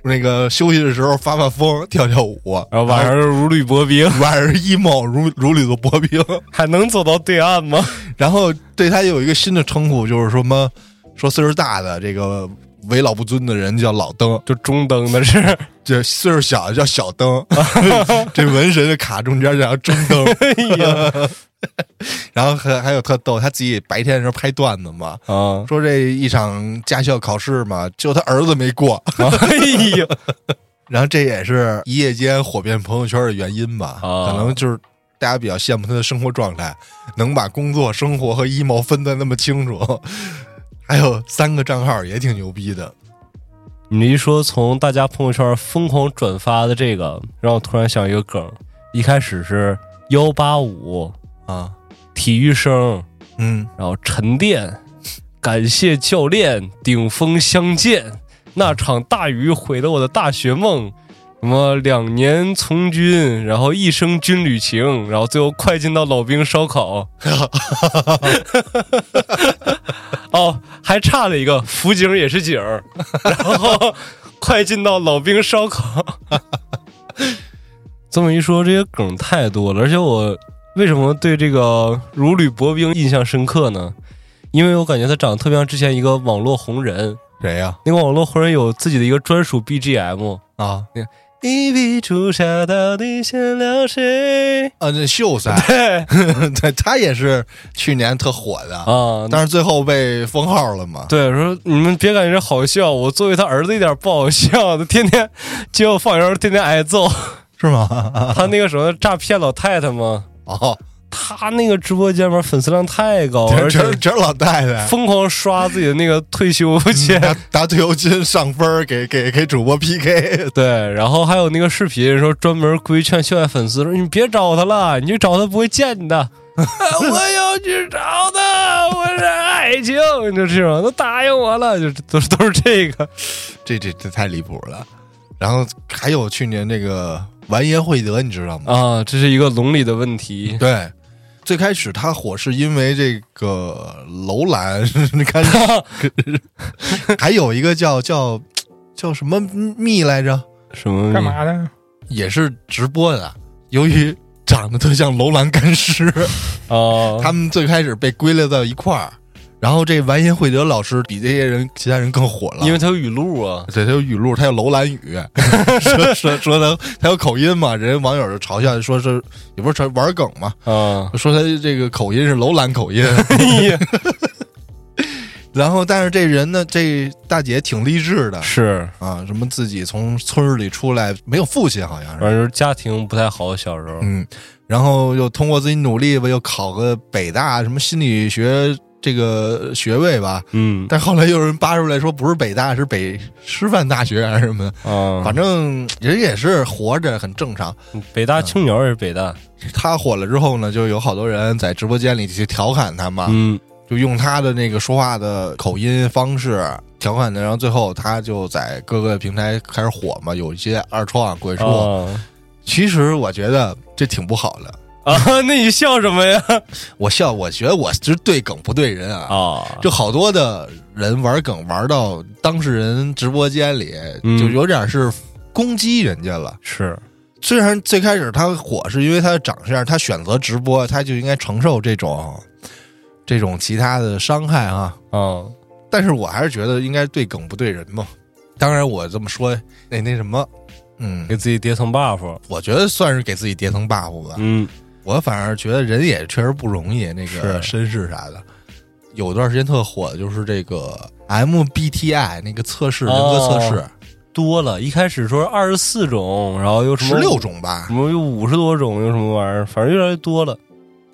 那个休息的时候发发疯、跳跳舞，然后晚上又如履薄冰，玩儿 emo 如如履薄冰， 还能走到对岸吗？ 然后对他有一个新的称呼，就是说什么说岁数大的这个为老不尊的人叫老登，就中等的是，这岁数小的叫小登， 这纹身的卡中间叫中登， 哎呀然后还还有特逗，他自己白天的时候拍段子嘛。 啊， 说这一场驾校考试嘛，就他儿子没过，哎呀，然后这也是一夜间火遍朋友圈的原因吧，啊可能就是大家比较羡慕他的生活状态，能把工作、生活和 emo 分得那么清楚。 还有三个账号也挺牛逼的，你一说从大家朋友圈疯狂转发的这个，让我突然想一个梗。一开始是幺八五啊，体育生，嗯，然后沉淀，感谢教练，顶峰相见，那场大雨毁了我的大学梦。什么两年从军，然后一生军旅情，然后最后快进到老兵烧烤。 哦，还差了一个辅警也是警儿，然后快进到老兵烧烤。 这么一说，这些梗太多了，而且我为什么对这个如履薄冰印象深刻呢？因为我感觉他长得特别像之前一个网络红人，谁呀、那个网络红人有自己的一个专属 BGM。啊？啊一笔朱砂到底想了谁？ 呃那秀才， 对，他也是去年特火的，啊，但是最后被封号了嘛。对，说嗯你们别感觉这好笑，我作为他儿子一点不好笑，他天天接我放学时候天天挨揍。是吗？他那个什么诈骗老太太嘛， 哦，他那个直播间玩粉丝量太 高，全而且全全是老太 太。疯狂刷自己的那个退休钱。拿拿退休金上分儿给给给主播 PK，对，然后还有那个视频说专门规劝秀爱粉丝说你别找他了，你去找他不会见你的。 啊我要去找他，我是爱情，就这种都答应我了，就都都是这 个。这这这太离谱了。然后还有去年这个完颜慧德，你知道吗？啊，这是一个笼里的问题。对，最开始他火是因为这个楼兰， 你看还有一个叫叫叫什么蜜来着，什么？嗯干？嘛呢？也是直播的，由于长得特像楼兰干尸，哦，他们最开始被归类到一块儿。然后这完颜慧德老师比这些人其他人更火了，因为他有语录啊。对，他有语录，他有楼兰语， 说说说他他有口音嘛，人家网友就嘲笑说是也不是嘲玩梗嘛， 啊，说他这个口音是楼兰口音。 然后，但是这人呢，这大姐挺励志的是，啊，什么自己从村儿里出来，没有父亲好像是，反正就是家庭不太好，小时候。嗯，然后又通过自己努力吧，又考个北大什么心理学这个学位吧，嗯但后来又有人扒出来说不是北大，是北师范大学还是什么的，啊，反正人也是活着很正常。北大青鸟也是北大。他火了之后呢，就有好多人在直播间里去调侃他嘛，嗯就用他的那个说话的口音方式调侃的，然后最后他就在各个平台开始火嘛，有一些二创、鬼畜。啊其实我觉得这挺不好的，啊， 那你笑什么呀？我笑，我觉得我是对梗不对人啊。啊，就好多的人玩梗玩到当事人直播间里，嗯就有点是攻击人家了。是虽然最开始他火是因为他的长相，他选择直播，他就应该承受这种这种其他的伤害啊。啊，但是我还是觉得应该对梗不对人嘛。当然，我这么说哎那那什么，嗯，给自己叠层 buff。我觉得算是给自己叠层 buff 吧。嗯我反而觉得人也确实不容易，那个是身世啥的。有段时间特火的就是这个 MBTI 那个测试，人格哦测试，多了，一开始说二十四种，然后又什十么六，种吧什。么有五十多种，又什么玩意儿，反正越来越多了。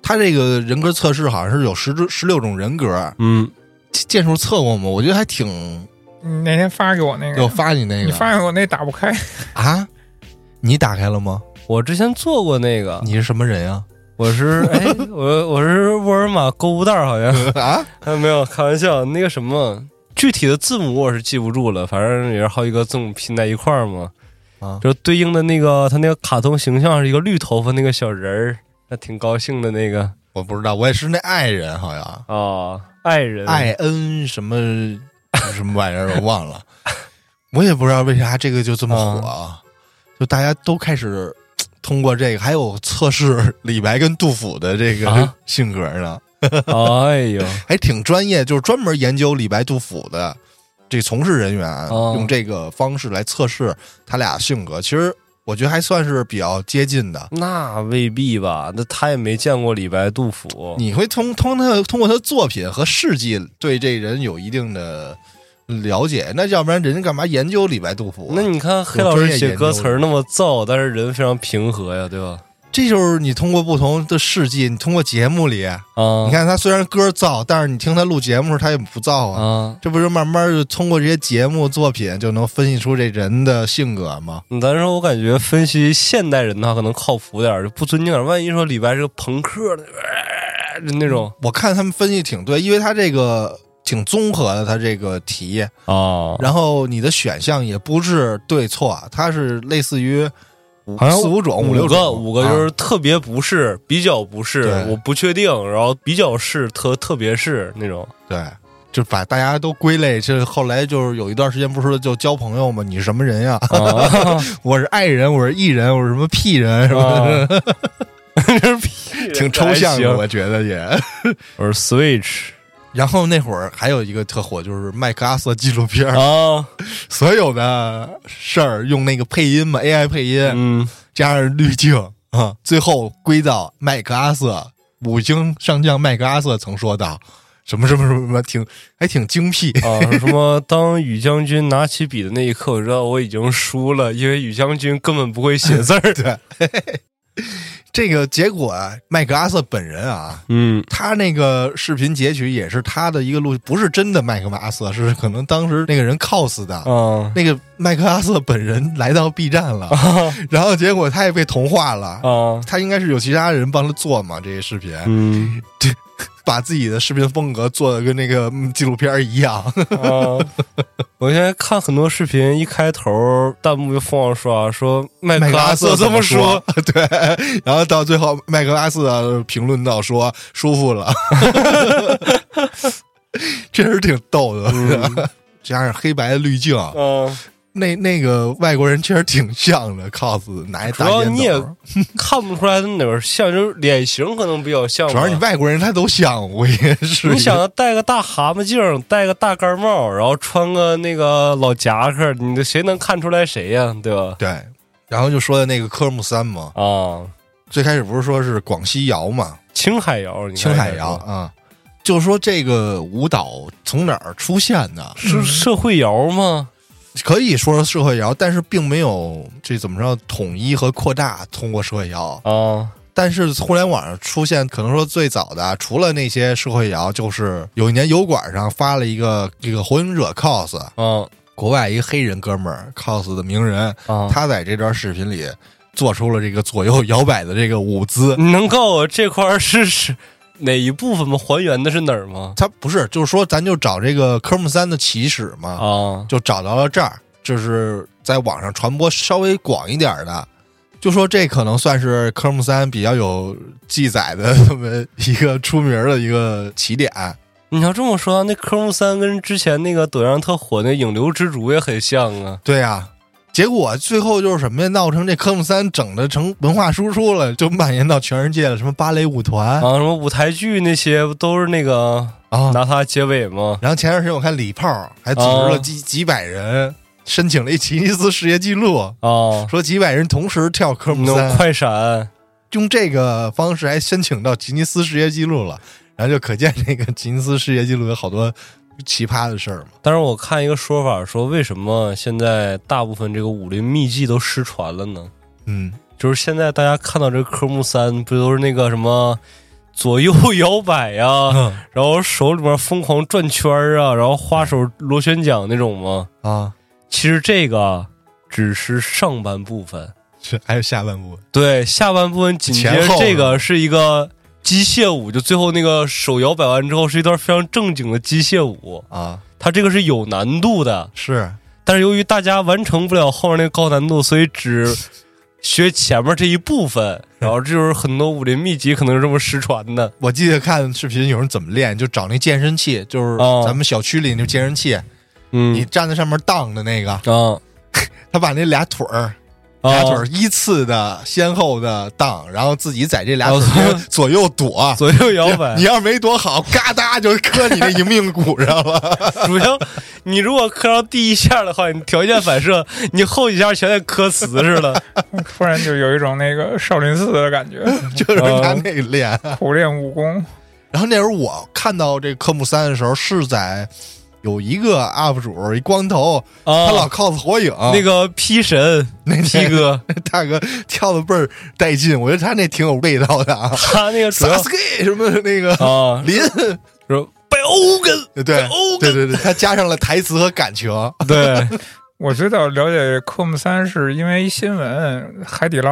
他这个人格测试好像是有十只十六种人格，嗯，剑术测过吗？我觉得还挺。你那天发给我那有个，发你那个啊你发给我那打不开， 啊？你打开了吗？我之前做过那个，你是什么人啊？我 是哎，我我是沃尔玛购物袋儿，好像啊？啊，没有开玩笑，那个什么。具体的字母我是记不住了，反正也是好几个字母拼在一块儿嘛，啊就是对应的那个他那个卡通形象是一个绿头发那个小人儿，那挺高兴的那个我不知道，我也是那爱人，好像啊、爱人艾恩什么什么玩意儿，我忘了。我也不知道为啥这个就这么火啊！就大家都开始通过这个，还有测试李白跟杜甫的这个啊性格呢，哎呦，还挺专业，就是专门研究李白、杜甫的这从事人员，哦用这个方式来测试他俩性格。其实我觉得还算是比较接近的。那未必吧？那他也没见过李白、杜甫。你会通通他通过他的作品和事迹对这人有一定的了解，那要不然人家干嘛研究李白杜甫啊？那你看黑老师写歌词儿那么燥，但是人非常平和呀，对吧？这就是你通过不同的事迹，你通过节目里，啊，你看他虽然歌燥，但是你听他录节目时他也不燥啊。啊，这不是慢慢就通过这些节目作品就能分析出这人的性格吗？咱嗯说我感觉分析现代人的话可能靠谱点儿，就不尊敬点儿。万一说李白是个朋克的，呃就那种我看他们分析挺对，因为他这个挺综合的，他这个题，啊，然后你的选项也不是对错，它是类似于五好像四五种、五六个种，五个啊就是特别不是，比较不是对，我不确定，然后比较是，特特别是那种对，就把大家都归类。这后来就是有一段时间不是说就交朋友吗？你是什么人呀？ 啊，我是爱人，我是艺人，我是什么屁人什 么的，这屁啊挺抽象啊还的，行我觉得也。 我是 Switch 然后那会儿还有一个特火，就是麦克阿瑟纪录片 儿，啊，所有的事儿用那个配音嘛，AI 配音，嗯。加上滤镜啊，最后归到麦克阿瑟五星上将麦克阿瑟曾说道：“什么什么什么什么，挺还挺精辟。 啊，什么？当宇将军拿起 笔的那一刻，我知道我已经输了，因为宇将军根本不会写字儿。对， 这个结果啊，麦克阿瑟本人啊，嗯，他那个视频截取也是他的一个录，不是真的麦克阿瑟，是可能当时那个人 cos 的。啊那个麦克阿瑟本人来到 B 站了，然后结果他也被同化了。啊，他应该是有其他人帮他做嘛这些视频，嗯把自己的视频风格做的跟那个嗯纪录片儿一 样。啊，我现在看很多视频，一开头弹幕就放说说麦麦克克阿阿瑟瑟这这么么说说， 对，然后到最后，麦克阿瑟评论到说舒服了， 确实挺逗的，嗯加上黑白的滤镜， 啊，那那个外国人确实挺像的，cos 拿一主大要烟你也斗。看不出来他哪儿像，就是脸型可能比较像吧。啊主要是你外国人他都像，我也是。你想啊戴个大蛤蟆镜儿，戴个大盖帽，然后穿个那个老夹克，你这谁能看出来谁呀、对吧？对，然后就说的那个科目三嘛，啊，最开始不是说是广西瑶嘛，青海嗯瑶，你看青海瑶啊、就说这个舞蹈从哪儿出现的？是社会瑶吗？可以说是社会摇，但是并没有这怎么着统一和扩大通过社会摇。啊，但是互联网上出现，可能说最早的，啊除了那些社会摇，就是有一年油管上发了一个这个火影者 cos，啊国外一个黑人哥们儿 cos 的名人，啊！他在这段视频里做出了这个左右摇摆的这个舞姿。你能告诉我这块儿是是哪一部分吗？还原的是哪儿吗？他不是，就是说咱就找这个科目三的起始嘛，啊就找到了这儿，就是在网上传播稍微广一点儿的，就说这可能算是科目三比较有记载的这么一个出名儿的一个起点。你要这么说，那科目三跟之前那个抖音上特火那影流之主也很像啊。对啊，结果最后就是什么呀？闹成这科目三整的成文化输出了，就蔓延到全世界了，什么芭蕾舞团啊，什么舞台剧那些不都是那个啊。拿它结尾吗？然后前段时间我看李炮还组织啊了几、几百人申请了一吉尼斯世界纪录， 啊，说几百人同时跳科目那三种，快闪。用这个方式还申请到吉尼斯世界纪录了，然后就可见这个吉尼斯世界纪录有好多奇葩的事儿嘛。但是我看一个说法说，为什么现在大部分这个武林秘籍都失传了呢？嗯，就是现在大家看到这个科目三，不都是那个什么左右摇摆呀、嗯然后手里面疯狂转圈儿啊，然后花手螺旋桨那种吗？啊，其实这个只是上半部分，是还有下半部对，下半部分紧接着前后这个是一个机械舞，就最后那个手摇摆完之后是一段非常正经的机械舞，啊，它这个是有难度的。是但是由于大家完成不了后面那个高难度，所以只学前面这一部分，然后这就是很多武林秘籍可能是这么失传的。我记得看视频有人怎么练，就找那健身器，就是哦咱们小区里那健身器，嗯，你站在上面荡的那个，啊他把那俩腿儿。啊俩腿儿依次的、先后的荡，然后自己在这俩哦腿儿间 左右躲。左右摇摆你，要是没躲好，嘎哒就磕 你那迎面骨上了。 主要你如果磕到第一下的话，你条件反射，你后几下全得磕瓷似的。突然就有一种那个少林寺的 感觉，就是他那个练。苦练武功。然后那时候我看到这科目三的时候，是在有一个 UP 主一光头， 啊，他老 cos 火影，那个 P 神那 P 哥，那大哥跳的倍儿带劲，我觉得他那挺有味道的 啊。 他那个主要 Sasuke 什么那个啊，林，说被欧根，对欧对对对，他加上了台词和感情。啊对， 我最早了解科目三是因为新闻，海底捞，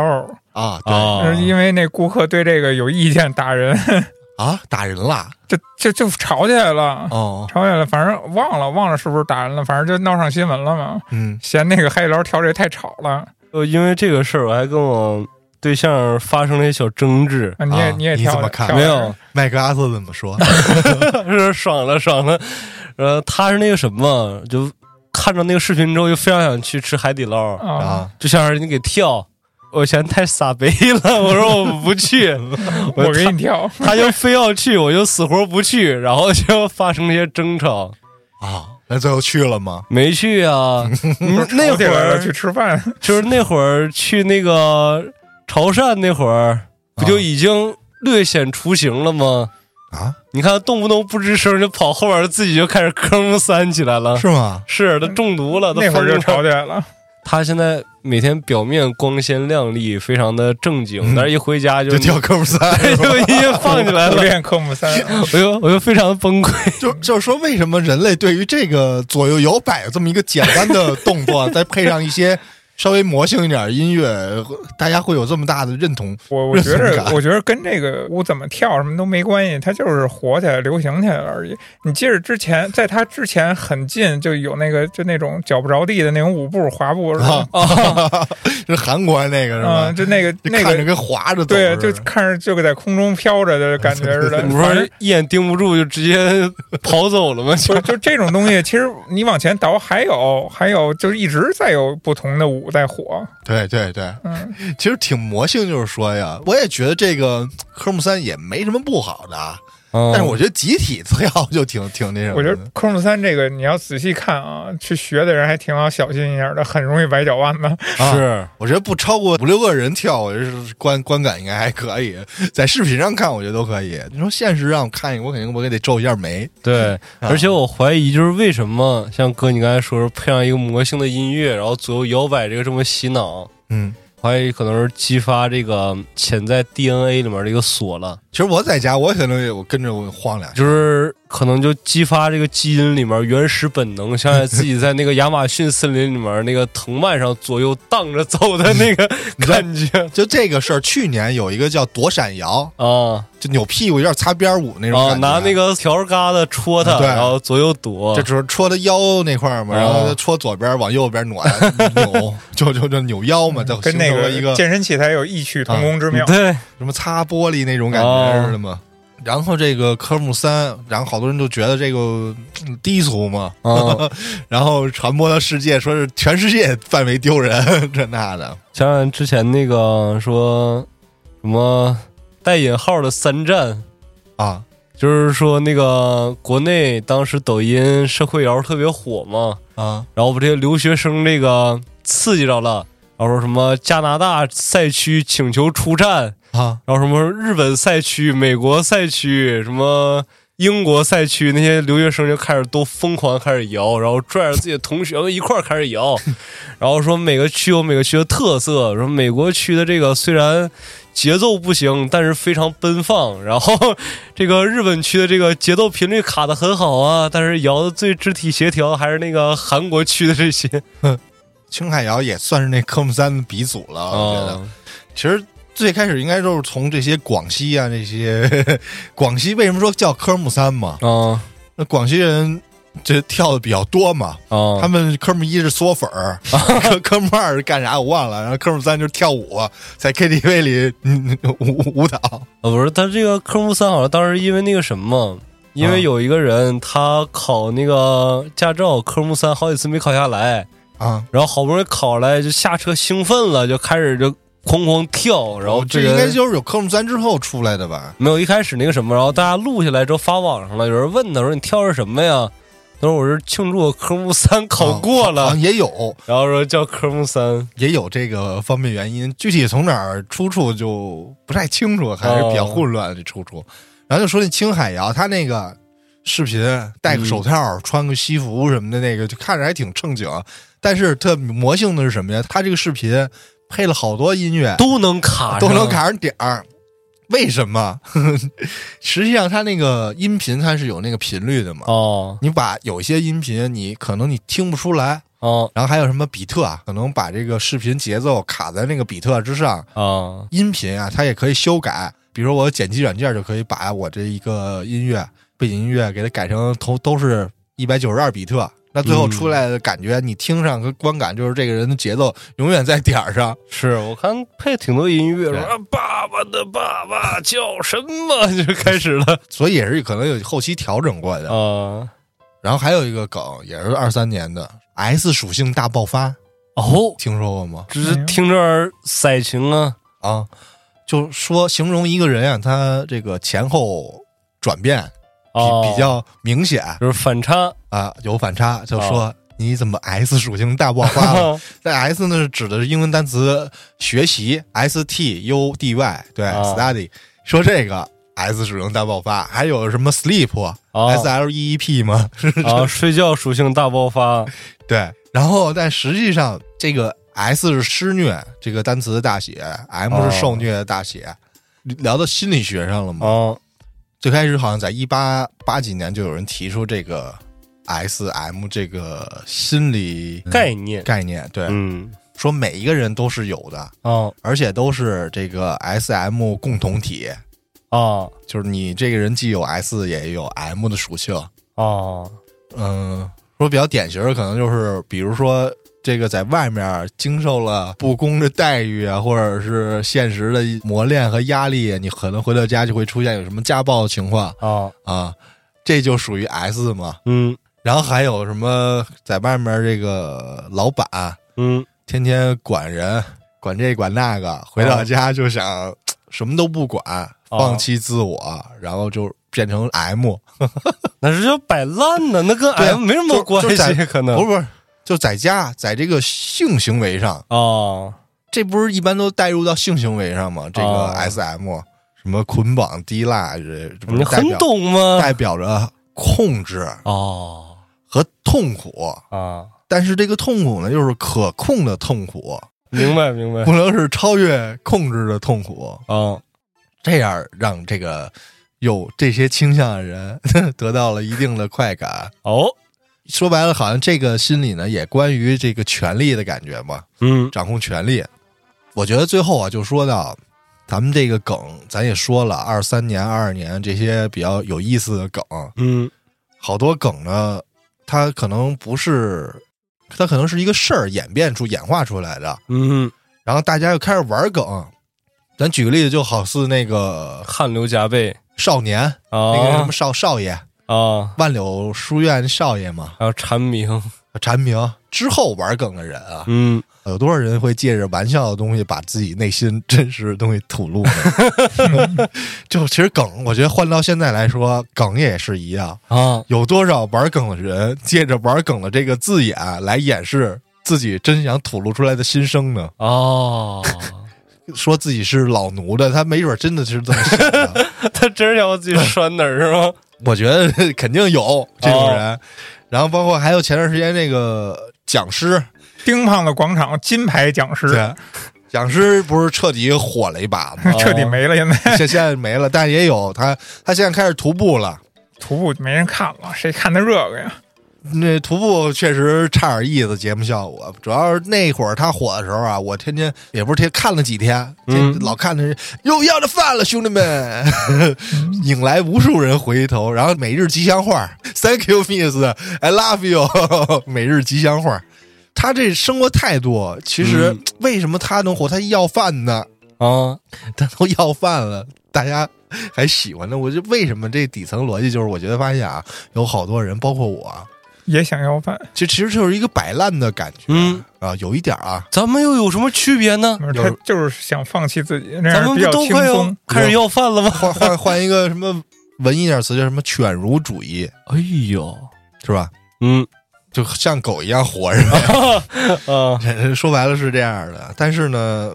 啊，对啊啊，是因为那顾客对这个有意见打人，啊打人了这这就吵起来了，哦，吵起来了，反正忘了忘了是不是打人了，反正就闹上新闻了嘛。嗯嫌那个海底捞调这太吵了，呃，因为这个事儿，我还跟我对象发生了一小争执。啊你也、啊也你调怎么看调没有，麦克阿瑟怎么说？ 是爽了爽了。呃，他是那个什么，就看着那个视频之后，就非常想去吃海底捞，啊？啊，就想让人给跳。我嫌太傻逼了， 我说我不去，我给你调，他就非要去，我就死活不去，然后就发生这些争吵。啊，那最后去了吗？没去 啊，嗯那吵起会来儿了去吃饭，就是那会儿去那个潮汕那会儿，啊不就已经略显雏形了吗？啊，你看，动不动不吱声就跑后边，自己就开始吭三起来了。是吗？是，他中毒了，他那会儿就疯了吵起来了。他现在每天表面光鲜亮丽，非常的正经，嗯但是一回家就 就跳科目三，是吧就音乐放起来苦 了，练科 目三啊，我就我就非常崩溃。就就是说，为什么人类对于这个左右摇摆这么一个简单的动作，再配上 一些稍微魔性一点的音乐，大家会有这么大的认同？我我觉认同得感我觉得跟这个舞怎么跳什么都没关系，它就是火起来、流行起来了而已。你记着之前，在它之前很近就有那个就那种脚不着地的那种舞步、滑步，是啊吧？ 是韩国那个是吧？哦嗯，就那个就那看个。着跟滑着走对，似的，啊就看着就在空中飘着的感觉似的。你不反正是一眼盯不住就直接跑走了吗？就不，是就这种东西，其实你往前倒，还有还有，就是一直在有不同的舞在火。对对对，嗯，其实挺魔性，就是说呀，我也觉得这个科目三也没什么不好的啊，但但是我觉得集体跳就挺挺那什么哦我的。觉得科目三这个你要仔细看啊，去学的人还挺要小心一点的，很容易崴脚腕子。是我觉得不超过五六个人跳，我觉得是观观感应该还可以，在视频上看我觉得都可以。你说现实让我看一个，我肯定我也得皱一下眉。啊对，而且我怀疑就是为什么像哥你刚才说是配上一个魔性的音乐，然后左右摇摆这个这么洗脑，嗯，怀疑可能是激发这个潜在 DNA 里面的一个锁了，其实我在家，我可能也我跟着我晃两下，就是可能就激发这个基因里面原始本能，想想自己在那个亚马逊森林里面那个藤蔓上左右荡着走的那 个你知道感觉就这个事儿，去年有一个叫躲闪摇，啊就扭屁股有点擦边儿舞那种啊，感觉，嗯拿那个条疙瘩戳它，对然后左右躲就，只是戳他腰那块儿嘛，啊然后戳左边儿往右边暖扭， 就就就扭腰嘛，就嗯跟形那成了个一个健身器材有异曲同工之妙。对，什么擦玻璃那种感觉哦似的嘛。然后这个科目三，然后好多人都觉得这个嗯低俗嘛，嗯。然后传播到世界，说是全世界范围丢人， 这那的。想想之前那个说什么带引号的三战，啊，就是说那个国内当时抖音社会摇特别火嘛，啊，然后把这些留学生这个刺激着了，然后说什么加拿大赛区请求出战，啊，然后什么日本赛区、美国赛区什么。英国赛区那些留学生就开始都疯狂开始摇，然后拽着自己的同学们一块儿开始 摇，然后说每个区有每个区的特色，说美国区的这个虽然节奏不行，但是非常奔放，然后这个日本区的这个节奏频率卡的很好啊，但是摇的最肢体协调还是那个韩国区的这些，青海瑶也算是那科目三的鼻祖了，我觉得。啊其实最开始应该就是从这些广西啊，这些 广西为什么说叫科目三嘛？啊那广西人这跳的比较多嘛，啊！他们科目一是嗦粉 儿，科科目二是干啥我忘了，然后科目三就是跳舞，在 KTV 里嗯舞舞蹈。啊，不是，他这个科目三好像当时因为那个什么，因啊为有一个人他考那个驾照科目三好几次没考下来，啊，然后好不容易考来就下车兴奋了，就开始就哐哐跳，然后哦这个应该就是有科目三之后出来的吧？没有一开始那个什么，然后大家录下来之后发网上了，有人问他说你跳的是什么呀？他说我是庆祝我科目三哦考过了，啊好像也有然后说叫科目三，也有这个方面原因，具体从哪儿出处就不太清楚，还是比较混乱的出哦处。然后就说那青海瑶，他那个视频戴个手套、穿个西服什么的，那个就看着还挺正经。但是特魔性的是什么呀？他这个视频配了好多音乐，都能卡，都能。卡上点儿。为什么？ 实际上，它那个音频它是有那个频率的嘛。哦你把有些音频你可能你听不出来，哦然后还有什么比特啊，可能把这个视频节奏卡在那个比特之上。哦音频啊，它也可以修改，比如我剪辑软件就可以把我这一个音乐背景音乐给它改成都都是一百九十二比特。那最后嗯出来的感觉，你听上和观感就是这个人的节奏永远在点儿上，是我看配挺多音乐，对说啊爸爸的爸爸叫什么， 就开始了所以也是可能有后期调整过的。啊。然后还有一个梗，也是二三年的 S 属性大爆发，哦，听说过吗？只是听这儿色情啊，啊，就说形容一个人啊，他这个前后转变比、哦比较明显就是反差啊，有反差，就说。你怎么 S 属性大爆发哦 了？那 S 呢，指的是英文单词学习 S T U D Y，对、啊 s t u d y 说这个 S 属性大爆发，还有什么 sleep，S、啊 L E E P 吗？ 哦啊！睡觉属性大爆发对，然后但实际上这个 S 是施虐这个单词的大写，M 哦是受虐的大写。聊到心理学上了嘛？哦，最开始好像在一八八几年就有人提出这个 S M 这个心理概念，概念，嗯对，嗯，说每一个人都是有的，哦而且都是这个 S M 共同体，哦就是你这个人既有 S 也有 M 的属性。哦，嗯，说比较典型的可能就是，比如说这个在外面经受了不公的待遇啊，或者是现实的磨练和压力，你可能回到家就会出现有什么家暴的情况哦，啊，这就属于 S 嘛。嗯然后还有什么在外面这个老板嗯，天天管人，管这管那个，回到家就想、什么都不管，哦放弃自我，然后就变成 M。那是叫摆烂呢，那跟对 M 没什么就关就在系，可能不是不是，就在家，在这个性行为上，哦这不是一般都带入到性行为上吗？这个哦 S M、什么捆绑、低蜡，这这不你是代很表懂啊吗？代表着控制哦和痛苦，啊，但是这个痛苦呢，又是可控的痛苦，明白明白不。能是超越控制的痛苦，哦，这样让这个有这些倾向的人 得到了一定的快感。哦，说白了，好像这个心理呢，也关于这个权力的感觉嘛。嗯掌控权力。我觉得最后啊，就说到咱们这个梗，咱也说了，二三年、二二年这些比较有意思的梗，嗯好多梗呢，它可能不是，它可能是一个事儿演变出、演化出来的，嗯，然后大家又开始玩梗。咱举个例子，就好似那个汗流浃背少年，啊那个什么少少爷，啊，万柳书院少爷嘛，还有蝉鸣，蝉鸣之后玩梗的人啊，嗯，有多少人会借着玩笑的东西把自己内心真实的东西吐露呢？ 就其实梗，我觉得换到现在来说，梗也是一样。啊，有多少玩梗的人借着玩梗的这个字眼来掩饰自己真想吐露出来的心声呢？哦，说自己是老奴的，他没准真的是这么想的。 他真是要我自己拴哪儿是吗？我觉得肯定有这种人。然后包括还有前段时间那个讲师，丁胖子广场金牌讲师对，讲师不是彻底火了一把吗？ 彻底没了，现在现现在没了，但也有他，他现在开始徒步了。徒步没人看了，谁看他这个呀？那徒步确实差点意思，节目效果。主要是那会儿他火的时候啊，我天天也不是天看了几天，嗯天老看他又要着饭了，兄弟们， 引来无数人回头。然后每日吉祥话，Thank you, Miss, I love you，每 日吉祥话。他这生活态度，其实、嗯为什么他能火？他要饭呢？ 啊， 他都要饭了，大家还喜欢呢。我就为什么这底层逻辑就是，我觉得发现啊，有好多人，包括我啊，也想要饭，这其实就是一个摆烂的感觉。嗯啊，有一点啊，咱们又有什么区别呢？他就是想放弃自己，那咱样们比不较都轻快要松。开始要饭了吗？换换换一个什么文艺点词，叫什么犬儒主义，哎呦，是吧？嗯就像狗一样活着，啊，说白了是这样的。但是呢，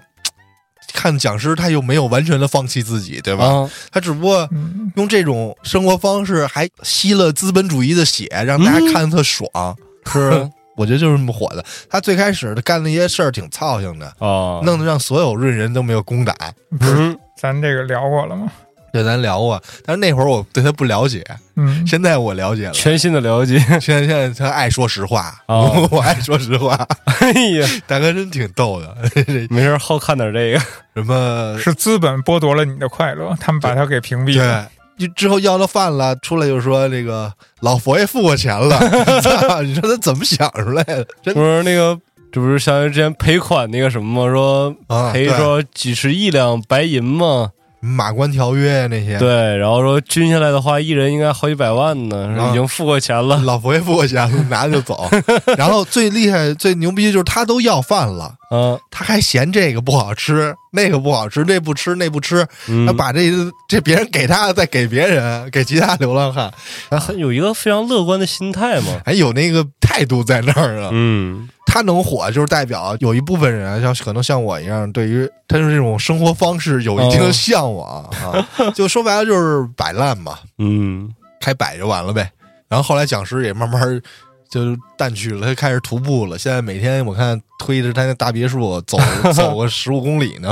看讲师他又没有完全的放弃自己，对吧？啊，他只不过嗯，用这种生活方式还吸了资本主义的血，让大家看得特爽，是嗯？我觉得就是这么火的。他最开始干那些事儿挺操性的，哦，弄得让所有润人都没有公胆。不是，嗯咱这个聊过了吗？对，咱聊过，但是那会儿我对他不了解，嗯，现在我了解了。全新的了解，现在现在他爱说实话，哦 我爱说实话，哎呀，大哥真挺逗的。没事儿好看点 这个，什么是资本剥夺了你的快乐，他们把它给屏蔽了。对，就之后要了饭了，出来就说这个老佛爷付我钱了， 操你说他怎么想出来的？真不是那个，这不是相当于之前赔款那个什么吗？说啊，赔对说几十亿两白银嘛，马关条约那些，对，然后说均下来的话，一人应该好几百万呢，说啊已经付过钱 了，老佛爷付过钱了，拿着就 走。然后最厉害、最牛逼就是他都要饭了，啊，他还嫌这个不好吃，那个不好吃，这不吃那不吃，嗯他，把这这别人给他的再给别人，给其他流浪汉，他有一个非常乐观的心态嘛，还有那个态度在那儿啊。嗯，他能火，就是代表有一部分人像可能像我一样，对于他的这种生活方式有一定的哦向往、 啊。就说白了就是摆烂嘛，嗯开摆就完了呗。然后后来讲师也慢慢就淡去了，他开始徒步了。现在每天我看推着他那大别墅走走个十五公里呢，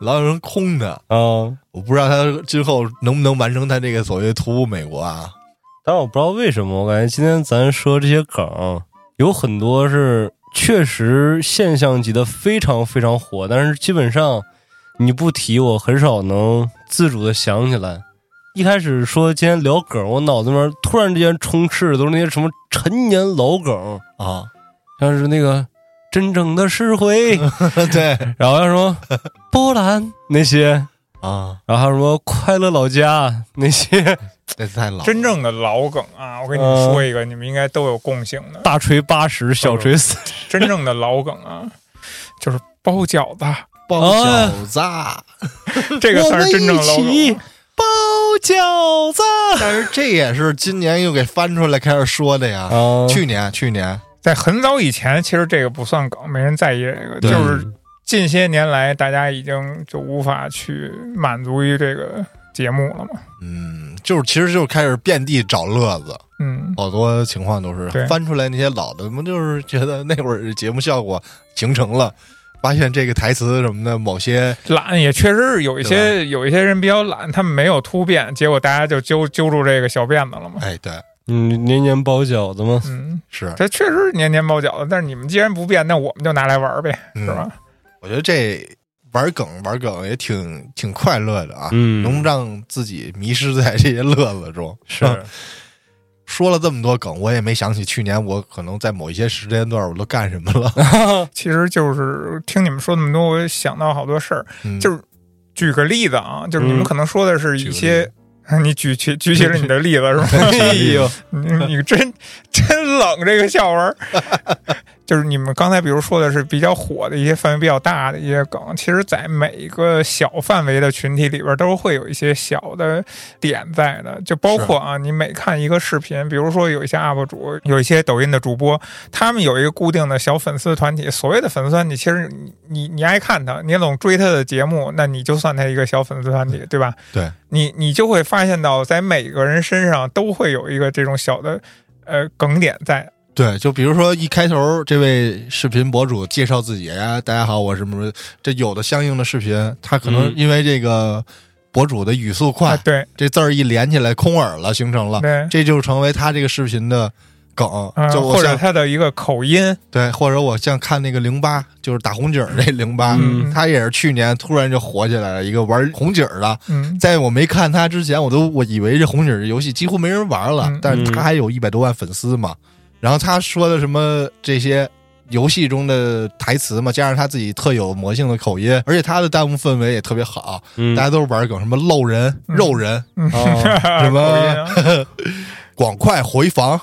老有人空他。嗯，我不知道他今后能不能完成他这个所谓徒步美国啊？但我不知道为什么，我感觉今天咱说这些梗，有很多是确实现象级的非常非常火，但是基本上你不提，我很少能自主的想起来。一开始说今天聊梗，我脑子里面突然之间充斥的都是那些什么陈年老梗，啊， 像是那个真正的是 非，对然后像什么波兰那些，啊，然后还有什么快乐老 家那些这太老了真正的老梗啊，我跟你们说一个，你们应该都有共性的。大锤八十，小锤四十，真正的老梗啊，就是包饺子包饺子，啊这个才是真正的老我们一梗起。包饺子但是这也是今年又给翻出来开始说的呀。啊去年，去年在很早以前，其实这个不算梗，没人在意这个，就是近些年来大家已经就无法去满足于这个节目了嘛。嗯，就是其实就是开始遍地找乐子，嗯，好多情况都是对翻出来那些老的，们就是觉得那会儿节目效果形成了，发现这个台词什么的某些懒也确实是有一些有一些人比较懒，他们没有突变，结果大家就揪揪住这个小辫子了嘛。哎对嗯，年年包饺子吗？嗯，是，这确实是年年包饺子，但是你们既然不变，那我们就拿来玩儿呗，嗯是吧？我觉得这玩梗玩梗也挺挺快乐的啊，能嗯，让自己迷失在这些乐子中。是， 说了这么多梗，我也没想起去年我可能在某一些时间段我都干什么 了。其实就是听你们说那么多，我想到好多事儿。嗯就是举个例子啊，就是你嗯们可能说的是一些， 你举起 举起了你的例子是吧？哎呦，你你真 真冷这个笑文儿， 就是你们刚才比如说的是比较火的一些范围比较大的一些梗，其实，在每一个小范围的群体里边，都会有一些小的点在的。就包括啊，你每看一个视频，比如说有一些 UP 主，有一些抖音的主播，他们有一个固定的小粉丝团体。所谓的粉丝团体，其实你你你爱看他，你也总追他的节目，那你就算他一个小粉丝团体，对吧？对，你你就会发现到，在每个人身上都会有一个这种小的呃梗点在。对，就比如说一开头这位视频博主介绍自己，啊，大家好，我是什么什么，这有的相应的视频，他可能嗯因为这个博主的语速快，啊，对这字儿一连起来空耳了，形成了，对，这就成为他这个视频的梗。啊，啊就我或者像他的一个口音，对，或者我像看那个零八，就是打红警儿那零八、嗯他也是去年突然就火起来了，一个玩红警儿的。嗯，在我没看他之前，我都我以为这红警儿游戏几乎没人玩了，嗯但是他还有一百多万粉丝嘛。然后他说的什么这些游戏中的台词嘛，加上他自己特有魔性的口音，而且他的弹幕氛围也特别好，嗯大家都是玩梗，什么漏人、嗯肉人、啊 什么口音 啊广快回 防、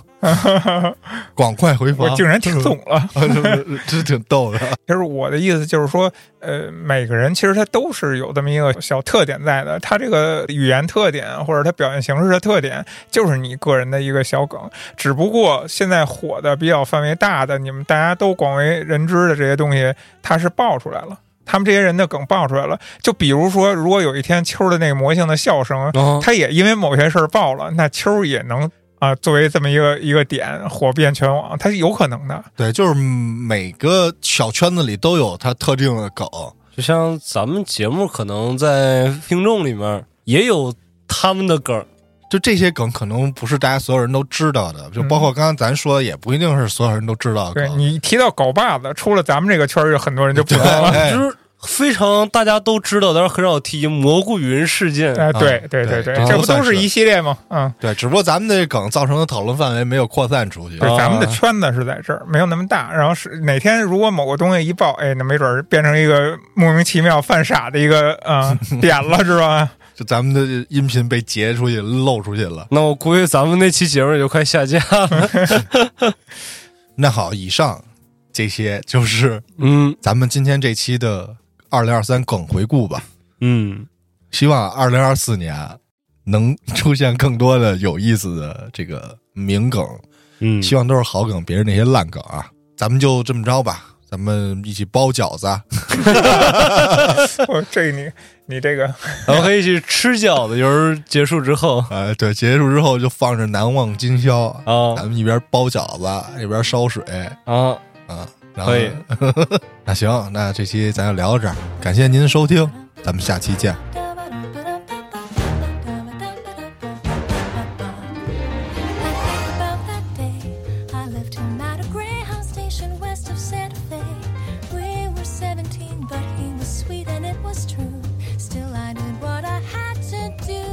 广快回我防，竟然听懂了。 这挺逗的。其实我的意思就是说，呃，每个人其实他都是有这么一个小特点在的，他这个语言特点或者他表现形式的特点，就是你个人的一个小梗。只不过现在火的比较范围大的，你们大家都广为人知的这些东西，它是爆出来了。他们这些人的梗爆出来了，就比如说，如果有一天秋儿的那个魔性的笑声，哦他也因为某些事儿爆了，那秋儿也能啊、作为这么一个一个点火遍全网，它是有可能的。对，就是每个小圈子里都有它特定的梗， 就像咱们节目可能在听众里面也有他们的梗，就这些梗可能不是大家所有人都知道的，就包括刚刚咱说的，也不一定是所有人都知道嗯的对梗。 你提到狗把子，出了咱们这个圈儿，有很多人就不懂了。哎就是非常大家都知道，但是很少提蘑菇云事件。哎，对对对对这这都不算都是是一系列吗？嗯，对，只不过咱们这梗造成的讨论范围没有扩散出去。对，啊咱们的圈子是在这儿，没有那么大。然后是哪天如果某个东西一爆，哎，那没准儿变成一个莫名其妙犯傻的一个啊、呃点了，是吧？ 就咱们的音频被截出去、漏出去了。那我估计咱们那期节目也就快下架了。那好，以上这些就是嗯咱们今天这期的二零二三梗回顾吧。嗯，希望二零二四年能出现更多的有意思的这个名梗，嗯希望都是好梗，别是那些烂梗啊。咱们就这么着吧，咱们一起包饺子啊，我这你你这个咱们可以去吃饺子，就是结束之后呃，对，结束之后就放着《难忘今宵》啊咱们一边包饺子一边烧水啊，啊。然后可以， 那行，那这期咱就聊到这儿，感谢您的收听，咱们下期见。 I lived him at a Greyhound station west of Santa Fe. We were 17, but he was sweet and it was true. Still, I did what I had to do.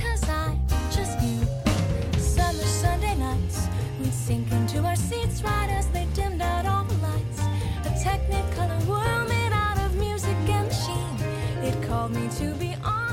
Cause I just knew. Summer Sunday nights, we'd sink into our seats right as they dimmed out all the lights. A technicolor world made out of music and machine. It called me to be on.